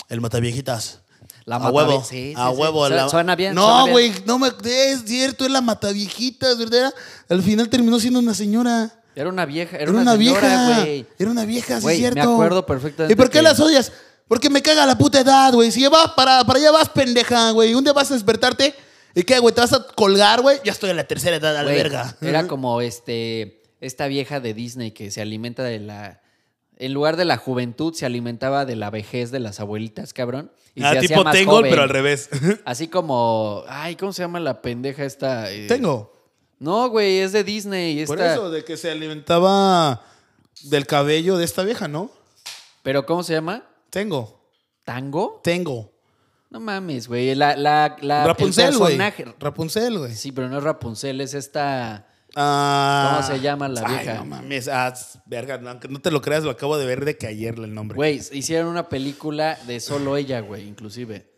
El mataviejitas. La a matavie- huevo, sí, sí, a sí. huevo. Su- la- suena bien, suena No, bien. güey, no me... Es cierto, es la mataviejitas, ¿verdad? Al final terminó siendo una señora. Era una vieja, era, Era una, vieja. señora, güey. Era una vieja, sí, Güey, es me cierto. acuerdo perfectamente ¿Y por qué que- las odias? Porque me caga la puta edad, güey. Si vas para, para allá vas, pendeja, güey. Un día vas a despertarte y qué, güey, te vas a colgar, güey. Ya estoy en la tercera edad, a la Güey, verga. Era como este esta vieja de Disney que se alimenta de la en lugar de la juventud se alimentaba de la vejez de las abuelitas, cabrón. Y Ah, se hacía más joven. revés. Así como, ay, ¿cómo se llama la pendeja esta? Eh, Tengo. No, güey, es de Disney. Por esta- eso, de que se alimentaba del cabello de esta vieja, ¿no? Pero ¿cómo se llama? Tengo. Tango. Tengo. No mames, güey. La, la, la Ah, el Rapunzel, güey. personaje- Rapunzel, güey. Sí, pero no es Rapunzel, es esta. Ah. ¿Cómo se llama la vieja? Ay, no mames. Ah, verga, no, aunque no te lo creas, lo acabo de ver de que ayer el nombre. Güey, hicieron una película de solo ella, güey, inclusive.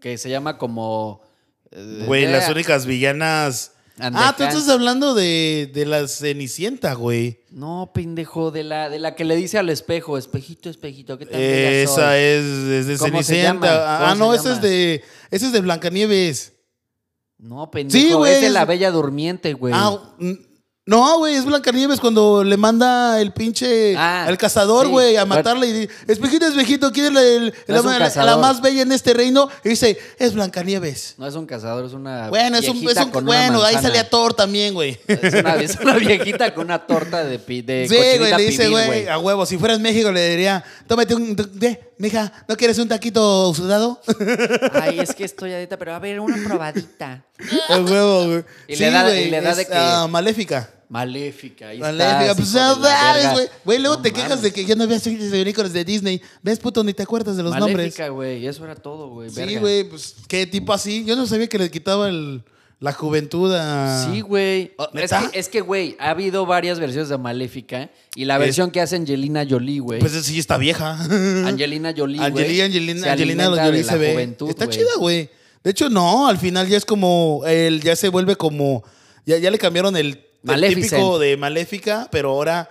Que se llama como. eh, Güey, eh, las únicas villanas. And ah, the tú Hand. estás hablando de, de la Cenicienta, güey. No, pendejo, de la, de la que le dice al espejo, espejito, espejito, ¿qué tan bella Eh, Esa soy?" es, es de ¿Cómo se llama? Cenicienta. Ah, no, ¿Cómo se esa es llama? de. Esa es de Blancanieves. No, pendejo. Sí, güey, Es de es- la bella durmiente, güey. Ah, mm, no, güey, es Blancanieves cuando le manda el pinche. Ah, al cazador, sí. güey, a Bueno. matarla. Y dice: Espejito, espejito, ¿quién es la, el- No la- es un la- cazador. la más bella en este reino? Y dice: Es Blancanieves. No es un cazador, es una. Bueno, es un. viejita Es un con una bueno, ahí manzana. salía Thor también, güey. Es una, es una viejita con una torta de, pi, de Sí, cochinita güey, le dice, pibil, güey, a huevo. Si fuera en México, le diría, tómate un. tu- Ve, mija, ¿no quieres un taquito sudado? Ay, es que estoy a dieta, pero a ver, una probadita. a huevo, güey. Y le da- y güey, le da es, de que- ah, maléfica. Maléfica. ahí Maléfica. estás, Pues hijo no de la sabes, verga. güey. Güey, luego No te quejas mames. de que ya no veas series de películas de Disney. ¿Ves, puto? Ni te acuerdas de los nombres. Maléfica, güey. Eso era todo, güey. Sí, verga. güey, pues qué tipo así. Yo no sabía que le quitaba el- la juventud a. Sí, güey. O- Es Ah, ¿Neta? que, es que, güey, ha habido varias versiones de Maléfica. Y la versión que hace Angelina Jolie, güey. Pues sí, está vieja. Angelina Jolie, güey. Angelina, se Angelina, Angelina alimenta Jolie de la se ve. juventud, Está güey. chida, güey. De hecho, no, al final ya es como. Él ya se vuelve como. Ya, ya le cambiaron el, el Maleficent. típico de Maléfica, pero ahora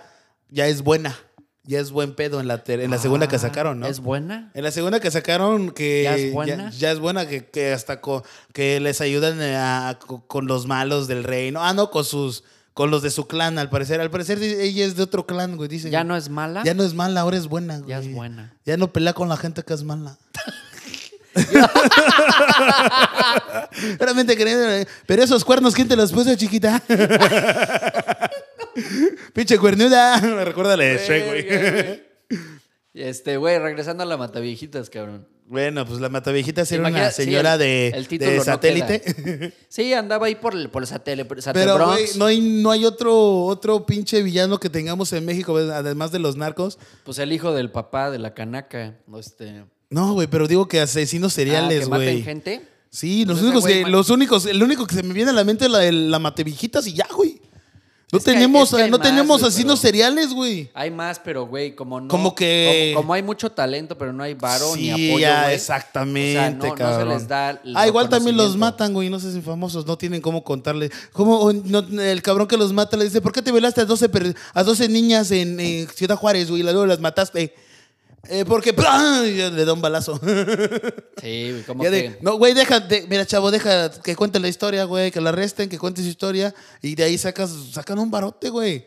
ya es buena. ya es buen pedo en la, ter- en la segunda que Ah, sacaron, ¿no? ¿Es buena? En la segunda que sacaron, que ¿Ya es buena? ya- ya es buena, que, que hasta co- que les ayudan a- a- co- con los malos del reino. Ah, no, con sus con los de su clan, al parecer. Al parecer di- ella es de otro clan, güey, dicen. ¿Ya no es mala? Ya no es mala, ahora es buena, güey. ¿Ah? Ya es buena. Ya no pelea con la gente que es mala. Realmente creen, pero esos cuernos, ¿quién te los puso, chiquita? Pinche cuernuda. Me recuerda la de Shrek, güey. Este, güey, regresando a la Mataviejitas, cabrón. Bueno, pues la Mataviejita sí era Imagina- una sí, señora el- de, el título de no satélite. Sí, andaba ahí por, el- por Satele, por Pero, Satebronx. güey, no hay, no hay otro, otro pinche villano que tengamos en México, güey, además de los narcos. Pues el hijo del papá de la canaca. no, Este, No, güey, pero digo que asesinos ah, seriales, que maten güey. gente. sí, los Pues ese únicos güey que, ma- los únicos, el único que se me viene a la mente es la de la Matevijitas y ya, güey. No Es que hay- tenemos, es que hay no más, tenemos güey, asesinos pero- seriales, güey. Hay más, pero güey, como no. Como que- Como, como hay mucho talento, pero no hay varón sí, ni apoyo. ya, güey. exactamente, O sea, no- no se cabrón. les da el ah, igual también los reconocimiento. matan, güey. No sé si famosos no tienen cómo contarles. Como o no- el cabrón que los mata le dice, ¿por qué te violaste a 12, per- a 12 niñas en eh, Ciudad Juárez, güey? Y luego las mataste. Eh, porque ¡pam! Y ya le da un balazo. Sí, güey, como Ya que. de- no, güey, deja, de- mira, chavo, deja que cuente la historia, güey, que la arresten, que cuente su historia. Y de ahí sacas, sacan un barote, güey.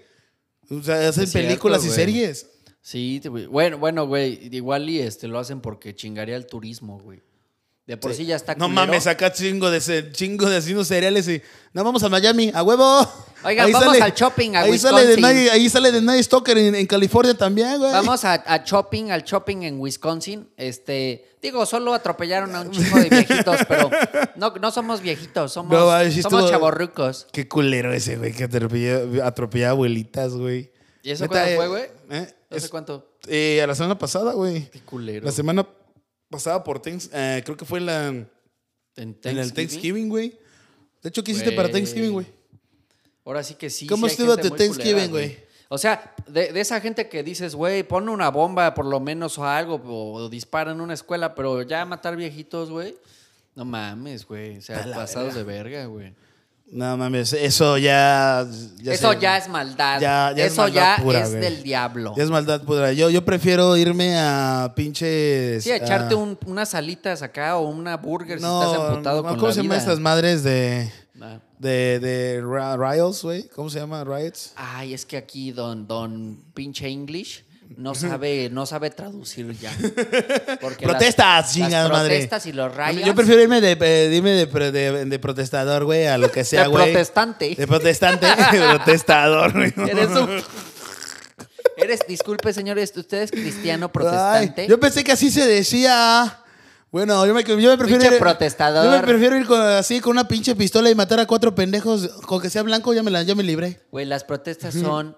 O sea, hacen Es cierto, películas y güey. series. Sí, te- güey. bueno, bueno, güey, igual y este lo hacen porque chingaría el turismo, güey. De por Pues sí, ya está No culero. mames, acá chingo de ce- chingo de asinos cereales y no vamos a Miami, a huevo. Oigan, vamos al shopping, a ahí sale, de Wisconsin. Night, ahí sale de Night Stalker en, en California también, güey. Vamos. Vamos a, a shopping, al shopping en Wisconsin. Este, digo, solo atropellaron a un chico de viejitos, pero no, no somos viejitos, somos, No, ay, sí somos estuvo- chavorrucos. Qué culero ese, güey, que atropella, atropella abuelitas, güey. ¿Y eso Neta, cuándo eh, fue, güey? eh, No sé es- cuánto. eh, a la semana pasada, güey. Qué culero. La semana pasada por Thanks, eh, creo que fue la, en En el Thanksgiving, güey. De hecho, ¿qué hiciste Güey. para Thanksgiving, güey? Ahora sí que sí. ¿Cómo sí hay estuvo gente tu muy Thanksgiving, culera, güey? O sea, de, de esa gente que dices, güey, pon una bomba por lo menos o algo, o, o dispara en una escuela, pero ya matar viejitos, güey. No mames, güey. O sea, pasados de verga, güey. No mames, eso ya. ya Eso se- ya es maldad. Ya- ya es Eso maldad ya pura, es güey. del diablo. Ya es maldad pura. Yo, yo prefiero irme a pinches. Sí, echarte a- un- unas alitas acá o una burger ah. No, si estás amputado no, con ¿Cómo la se llaman vida. estas madres de. Ah. de. de ra- riots, güey? ¿Cómo se llama? Riots. Ay, es que aquí don, don pinche English no sabe, no sabe traducir ya. Porque las- Protestas, las, chingada madre. protestas y los rayos. Yo prefiero irme de, eh, dime de, pro- de- de protestador, güey, a lo que sea, De güey. protestante. De protestante. de protestador, güey. Eres un... Eres, disculpe, señores, ¿usted es cristiano protestante? Ay, yo pensé que así se decía. Bueno, yo me, yo me prefiero. Pinche ir- protestador. Yo me prefiero ir con- así con una pinche pistola y matar a cuatro pendejos. Con que sea blanco, ya me, la, ya me libré. Güey, las protestas son,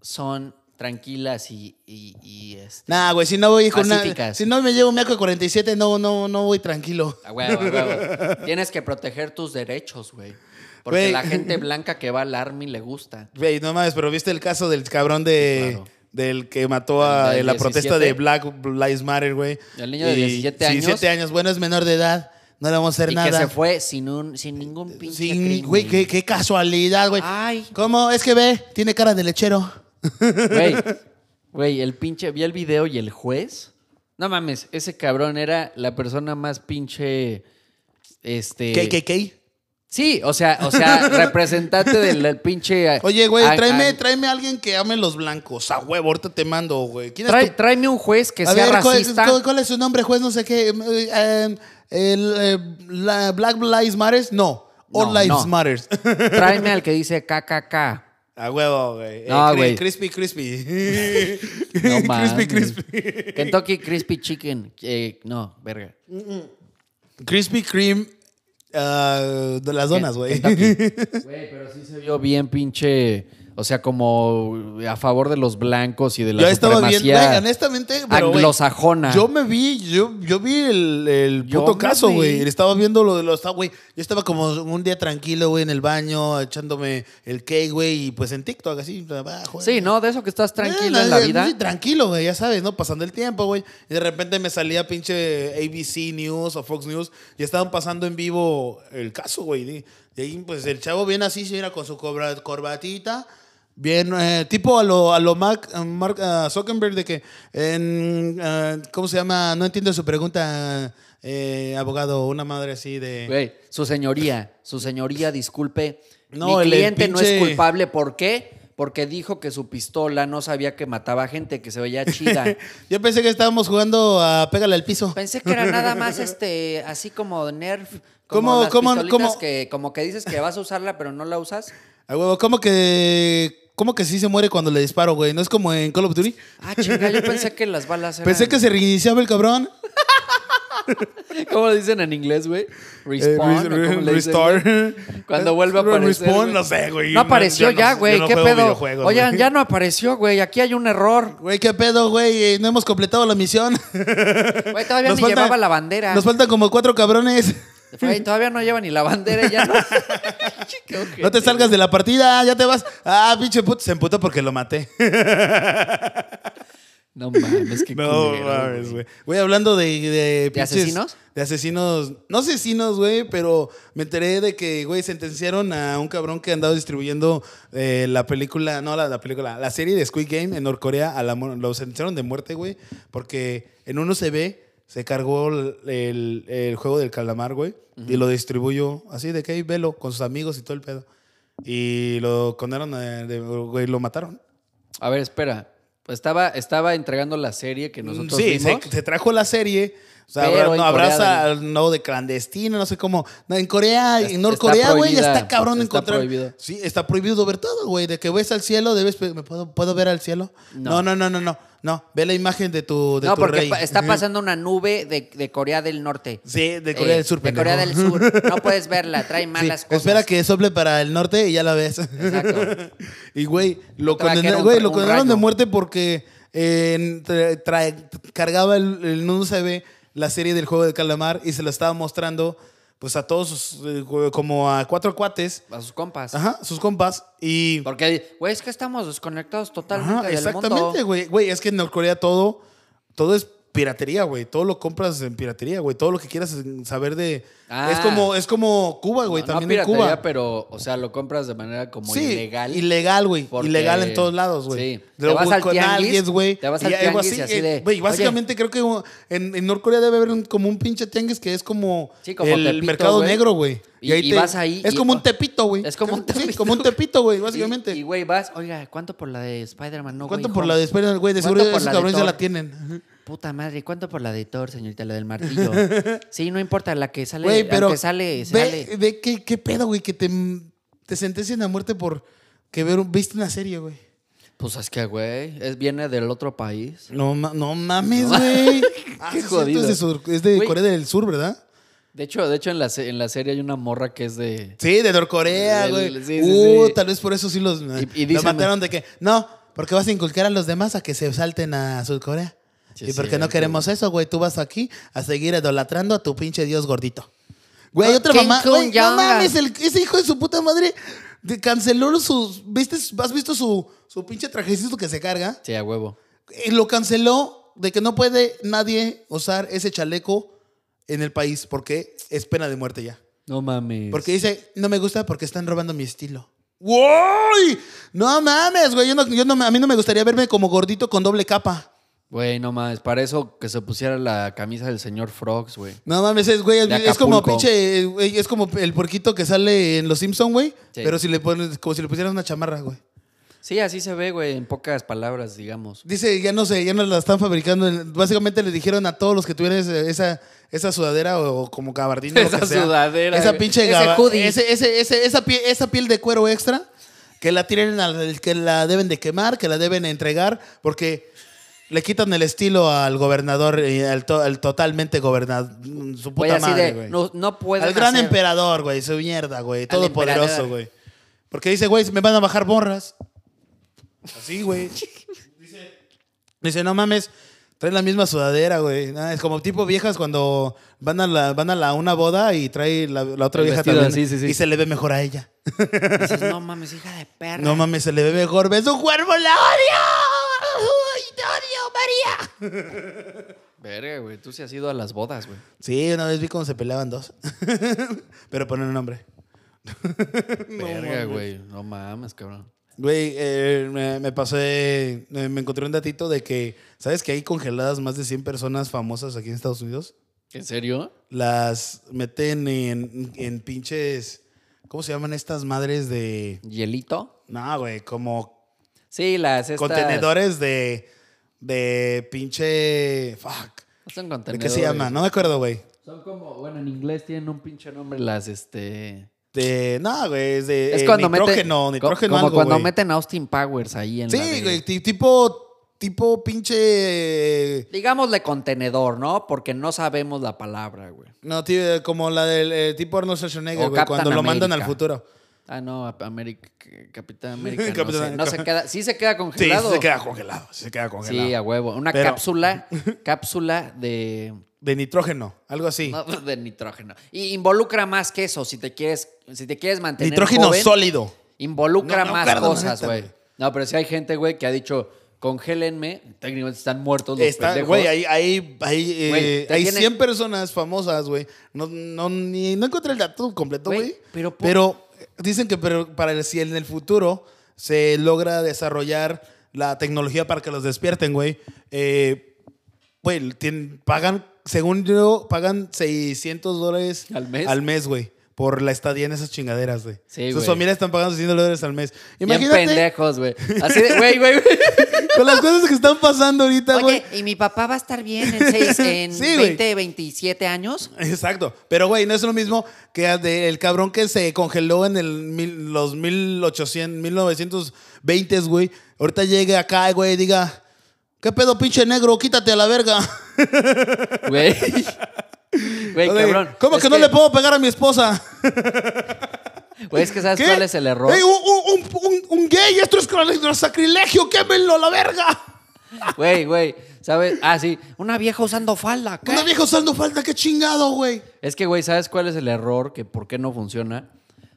son tranquilas y, y, y, este, Nah, güey, si no voy con una. Pacíficas. Si no me llevo un de 47, no, no, no voy tranquilo. a huevo, a huevo. Tienes que proteger tus derechos, güey. Porque Güey. la gente blanca que va al army le gusta. Güey, no mames, pero viste el caso del cabrón de. Sí, claro. Del que mató a El del en la protesta 17. de Black Lives Matter, güey. El niño de Y 17 años. 17 años, bueno, es menor de edad. No le vamos a hacer Y nada. que se fue sin un, sin ningún pinche Sí, crimen. güey, qué, qué casualidad, güey. Ay. ¿Cómo? Es que ve, tiene cara de lechero. Güey, güey, el pinche, vi el video y el juez. No mames, ese cabrón era la persona más pinche. Este. ¿Qué, qué, qué? Sí, o sea, o sea, representante del del pinche. Oye, güey, a- tráeme, a- tráeme a alguien que ame los blancos. A huevo, ahorita te mando, güey. ¿Quién trae- es tu... tráeme un juez que a sea ver, ¿cuál, racista. cuál- cuál es su nombre, juez? No sé qué. Eh, eh, el, eh, la- Black Lives Matter. No. All No, Lives no. Matter. Tráeme al que dice KKK. A huevo, güey. Eh, No, cri- güey. Crispy, crispy. No mames. crispy, crispy. Kentucky Crispy Chicken. Eh, no, verga. Crispy cream. ah, de las donas, güey. Güey, pero sí se vio bien pinche. O sea, como a favor de los blancos y de la Yo estaba bien, supremacía. güey, honestamente, pero, güey, anglosajona. Yo me vi, yo, yo vi el, el Yo puto me caso, vi. güey. Estaba viendo lo de los. ah, güey. Yo estaba como un día tranquilo, güey, en el baño, echándome el cake, güey, y pues en TikTok, así. abajo. Sí, ¿no? De eso que estás tranquilo Eh, en la vida. sí, tranquilo, güey, ya sabes, ¿no? Pasando el tiempo, güey. Y de repente me salía pinche ABC News o Fox News y estaban pasando en vivo el caso, güey. Y ahí, pues, el chavo viene así, se mira, con su cobra- corbatita, Bien, eh, tipo a lo, a lo Mark, a Mark, a Zuckerberg de que, en, eh, ¿cómo se llama? No entiendo su pregunta, eh, abogado, una madre así de... Güey, su señoría, su señoría, disculpe. No, Mi el- el cliente no es pinche- culpable. ¿Por qué? Porque dijo que su pistola no sabía que mataba gente, que se veía chida. Yo pensé que estábamos jugando a pégale al piso. Pensé que era nada más este, así como Nerf. ¿Cómo- Como las cómo- pistolitas cómo? que como que dices que vas a usarla, pero no la usas. A huevo, ¿cómo que, ¿cómo que sí se muere cuando le disparo, güey? ¿No es como en Call of Duty? Ah, chinga, yo pensé que las balas eran. Pensé que se reiniciaba el cabrón. ¿Cómo lo dicen en inglés, güey? Eh, re- Respawn. ¿o cómo re- le dicen, restore. güey? Cuando vuelva a aparecer. Respawn, güey. no sé, güey. Eh, No apareció yo no- ya, yo güey. no ¿Qué juego pedo? videojuegos, Oigan, güey. ya no apareció, güey. Aquí hay un error. Güey, ¿qué pedo, güey? Eh, No hemos completado la misión. Güey, todavía ni falta- llevaba la bandera. Nos faltan como cuatro cabrones. Güey, todavía no lleva ni la bandera. Ya no. Qué ojete. No te salgas de la partida, ya te vas. Ah, pinche puto, se emputó porque lo maté. No mames, qué No culero, mames, güey. Güey, hablando de. ¿De, pinches- asesinos? De asesinos. No asesinos, güey, pero me enteré de que, güey, sentenciaron a un cabrón que andaba distribuyendo eh, la película. No, la, la película. La serie de Squid Game en Norcorea. A la, mu- lo sentenciaron de muerte, güey. Porque en uno se ve. Se cargó el, el- el juego del calamar, güey. Y lo distribuyó así de que ahí velo con sus amigos y todo el pedo. Y lo condenaron, eh, de- güey, lo mataron. A ver, espera. Pues Estaba, estaba entregando la serie que nosotros Mm, sí, se, vimos. se trajo la serie. O sea, Pero habrá- no, en Corea abraza del- al no de clandestino, no sé cómo. No, en Corea, Es- en Norcorea, está güey, ya está prohibida, cabrón está encontrar. prohibido. Sí, está prohibido ver todo, güey. De que ves al cielo, debes. pe- ¿Me puedo, puedo ver al cielo? No, No. no, no, no, no. No, ve la imagen de tu, de No, tu porque rey. pa- está pasando una nube de, de Corea del Norte. Sí, de Corea Eh, del Sur, De pendejo. Corea del Sur. No puedes verla, trae Sí, malas cosas. Espera que sople para el norte y ya la ves. Exacto. Y, güey, lo, Te va a condena- quedar un güey, ra- lo un condenaron de rayo. muerte porque eh, tra- tra- cargaba el, el no se ve la serie del juego de calamar y se la estaba mostrando pues a todos, sus, eh, güey, como a cuatro cuates, A sus compas. ajá, sus compas. Y, Porque, güey, es que estamos desconectados totalmente ajá, del exactamente, mundo. güey. Güey, es que en Corea todo, todo es piratería, güey. Todo lo compras en piratería, güey. Todo lo que quieras saber de... Ah. Es, como, es como Cuba, güey, No, también no en Cuba. piratería, pero, o sea, lo compras de manera como ilegal. Ilegal, güey. Porque- Ilegal en todos lados, güey. Sí. Lo Te vas al con tianguis, alguien, güey. te vas al y algo tianguis y así eh, de, Güey, básicamente creo que uh, en, en Norcorea debe haber un- como un pinche tianguis que es como, Sí, como el Tepito, mercado güey. negro, güey. Y- y vas ahí Es y- como un tepito, güey. Es como un Sí, tepito. como un tepito, güey, Y- Y, básicamente. güey, vas, oiga, ¿cuánto por la de Spider-Man? No, ¿Cuánto güey, por hijo. la de Spider-Man, güey? De ¿Cuánto seguro por esos la de cabrones ya Thor? la tienen. Puta madre, ¿cuánto por la de Thor, señorita? La del martillo. sí, no importa, la que sale, Güey, pero. aunque sale, sale. Ve, ve qué, qué pedo, güey, que te, te sentencien a muerte por que ver, un- viste una serie, güey. Pues es que, güey, es, viene del otro país. No, ma- no mames, güey. Ah, Qué sí, es cierto, jodido. Es de, sur- es de Güey. Corea del Sur, ¿verdad? De hecho, de hecho en, la, se- en la serie hay una morra que es de... Sí, de Norcorea, Del- güey. sí, sí, uh, sí. tal vez por eso sí los, los y dicen- mataron de que. No, porque vas a inculcar a los demás a que se salten a Surcorea. Sí, y porque no cierto, queremos eso, güey. Tú vas aquí a seguir idolatrando a tu pinche dios gordito. Güey, otra Kim mamá. Jong güey, no Jong. mames, el- ese hijo de su puta madre de- canceló sus. ¿viste? ¿Has visto su, su pinche trajecito que se carga? Sí, a huevo. Y eh, lo canceló de que no puede nadie usar ese chaleco en el país porque es pena de muerte ya. No mames. Porque dice, no me gusta porque están robando mi estilo. ¡Uy! No mames, güey. Yo no, yo no- a mí no me gustaría verme como gordito con doble capa. Güey, no mames. Para eso que se pusiera la camisa del señor Frogs, güey. No mames, es, güey, es, De es como Acapulco. pinche, eh, güey, es como el puerquito que sale en Los Simpsons, güey. Sí. Pero si le pones, como si le pusieras una chamarra, güey. Sí, así se ve, güey, en pocas palabras, digamos. Dice, ya no sé, ya no la están fabricando. en- Básicamente le dijeron a todos los que tuvieran ese- esa, esa sudadera o, o como gabardina. lo Esa que sea. sudadera, Esa güey. pinche Ese gaba- hoodie. ese- ese- ese- esa, pie- esa piel de cuero extra que la tienen al que la deben de quemar, que la deben entregar, porque le quitan el estilo al gobernador, y al, to- al totalmente gobernador. Su puta Güey, así madre, de, güey. no, no pueden Al gran hacer- emperador, güey, su mierda, güey. Al Todopoderoso, emperador. güey. Porque dice, güey, me van a bajar borras. Así, güey. Dice- Dice, no mames, trae la misma sudadera, güey. Ah, es como tipo viejas cuando van a la, van a la una boda y trae la, la otra El vieja vestido, también. sí, sí, sí. Y se le ve mejor a ella. Dices, no mames, hija de perra. No mames, se le ve mejor. ¡Ves un cuervo! ¡La odio! ¡Uy, te odio, María! Verga, güey. Tú sí has ido a las bodas, güey. Sí, una vez vi cómo se peleaban dos. Pero ponen un nombre. Verga, güey. No mames, cabrón. Güey, eh, me, me pasé, eh, me encontré un datito de que, ¿sabes que hay congeladas más de 100 personas famosas aquí en Estados Unidos? ¿En serio? Las meten en, en pinches, ¿cómo se llaman estas madres de... ¿Hielito? No, güey, como Sí, las estas... contenedores de, de pinche... Fuck. Son ¿De contenedores. qué se llama? No me acuerdo, güey. Son como, bueno, en inglés tienen un pinche nombre las, este... De, no, güey, es de Es eh, cuando nitrógeno, meten, nitrógeno como algo, cuando güey. meten a Austin Powers ahí en la Sí, de- güey, ti- tipo, tipo pinche... Digámosle contenedor, ¿no? Porque no sabemos la palabra, güey. No, tío, como la del eh, tipo Arnold Schwarzenegger, O güey, cuando Captain lo mandan al America. futuro. Ah, no, Ap- América, Capitán América. no Capitán sé, América. no, se queda, sí se queda Sí, congelado. sí se queda congelado, sí se queda congelado. Sí, a huevo. Una Pero- cápsula, cápsula de, de nitrógeno, algo así. no, de nitrógeno. Y involucra más que eso, si te quieres, si te quieres mantener nitrógeno joven, sólido. Involucra No, no, más claro, cosas, neta, güey. güey. No, pero sí hay gente, güey, que ha dicho, congélenme. Técnicamente están muertos los Está- pendejos. Güey, hay, hay, hay, eh, Güey, te hay tiene- 100 personas famosas, güey. No, no, ni- no encontré el dato completo, Güey, güey. pero por- Pero dicen que pero para el- si en el futuro se logra desarrollar la tecnología para que los despierten, güey. eh, Güey, tien- pagan, según yo, pagan 600 dólares ¿Al mes? güey. Por la estadía en esas chingaderas, güey. Sí, Sus güey. familias están pagando 600 dólares al mes. Bien Imagínate pendejos, güey. Así de, güey, güey, güey. con las cosas que están pasando ahorita, güey. Oye, ¿y mi papá va a estar bien en, seis, en Sí, güey. 20, 27 años? Exacto. Pero, güey, no es lo mismo que a- de- el cabrón que se congeló en el mil- los 1800, 1920, güey. Ahorita llegue acá, güey, y diga, ¿qué pedo, pinche negro? Quítate a la verga. Güey, Güey, Oye, cabrón. ¿Cómo Es que no le puedo pegar a mi esposa? Güey, es que ¿sabes cuál es el error? Ey, uh, un, un- un- un- un gay! ¡Esto es cr- sacrilegio! ¡Quémenlo a la verga! ah. Güey, güey, ¿sabes? Ah, sí. Una vieja usando falda, ¿qué? Una vieja usando falta, qué chingado, güey. Es que, güey, ¿sabes cuál es el error? Que por qué no funciona.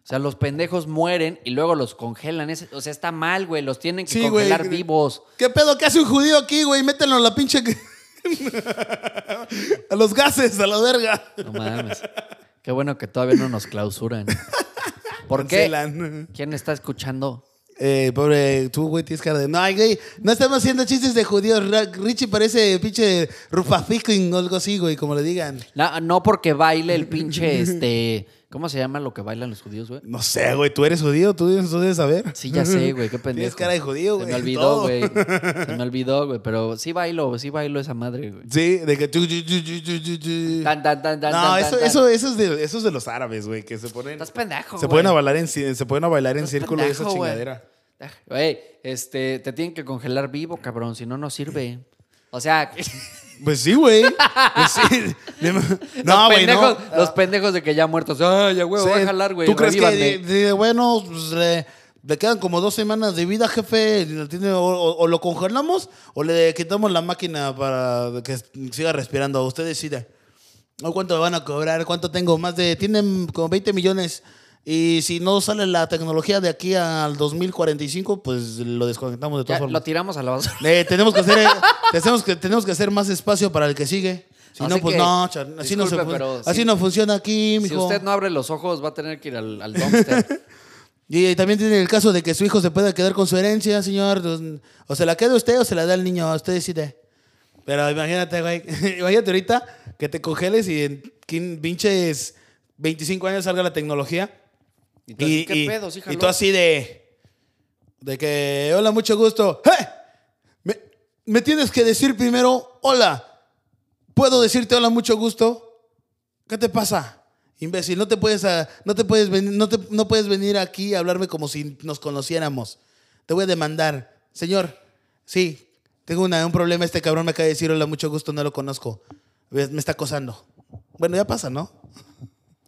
O sea, los pendejos mueren y luego los congelan. Es- o sea, está mal, güey. Los tienen que Sí, güey. congelar vivos. ¿Qué pedo? ¿Qué hace un judío aquí, güey? Métenlo a la pinche. a los gases, a la verga. No mames. Qué bueno que todavía no nos clausuran. ¿Por qué? Cancelan. ¿Quién está escuchando? Eh, pobre, tú, güey, tienes cara de. No, ay, güey, no estamos haciendo chistes de judíos. Ra- Richie parece pinche rufaficking o algo así, güey, como le digan. No, no porque baile el pinche, este... ¿Cómo se llama lo que bailan los judíos, güey? No sé, güey, tú eres judío, tú debes, tú debes saber. Sí, ya sé, güey, qué pendejo. Tienes cara de judío, Se güey, me olvidó, todo. güey. Se me olvidó, güey. Pero sí bailo, sí bailo esa madre, güey. Sí, de que. chu, chu, chu, chu, chu, chu, chu. Tan, tan, tan, tan, No, tan, eso, tan, eso, eso, es de, eso es de los árabes, güey, que se ponen. Estás pendejo, Se güey. pueden, a bailar en, ci- se pueden a bailar en Estás círculo y esa pendejo, güey. chingadera. tan. Ah, Güey, este, te tienen que congelar vivo, cabrón. Si no, no sirve. O sea, Pues sí, güey. Pues sí. los, No, güey, no. pendejos, los pendejos de que ya muertos. Ay, ya, güey, Sí, voy a jalar, güey. ¿Tú crees que, revívanme". de- de- bueno, pues, le, le quedan como dos semanas de vida, jefe? ¿Lo tiene- o, o- o lo congelamos o le quitamos la máquina para que siga respirando? Usted decida. ¿O ¿Cuánto me van a cobrar? ¿Cuánto tengo? Más de... Tienen como 20 millones. Y si no sale la tecnología de aquí al 2045, pues lo desconectamos de Ya, todas lo formas. tiramos a la basura. Eh, tenemos, que hacer, eh, tenemos, que, tenemos que hacer más espacio para el que sigue. Si Así no, pues que, no, char- así, no, se disculpe, fun- pero así si- no funciona aquí, mijo. Si usted no abre los ojos, va a tener que ir al, al dumpster. Y eh, también tiene el caso de que su hijo se pueda quedar con su herencia, señor. Pues, O se la queda usted o se la da el niño. Usted decide. Pero imagínate, güey. imagínate ahorita que te congeles y en quin- pinches 25 años salga la tecnología. Y tú así, Y, ¿Qué y- pedo? Sí, y jaló. tú así de... De que, hola, mucho gusto. ¡Hey! Me, me tienes que decir primero, hola. ¿Puedo decirte hola, mucho gusto? ¿Qué te pasa? Imbécil, no te puedes, ah, no te puedes, venir, no, te- no puedes venir aquí a hablarme como si nos conociéramos. Te voy a demandar. Señor, sí, tengo una- un problema. Este cabrón me acaba de decir hola, mucho gusto, no lo conozco. Me me está acosando. Bueno, ya pasa, ¿no?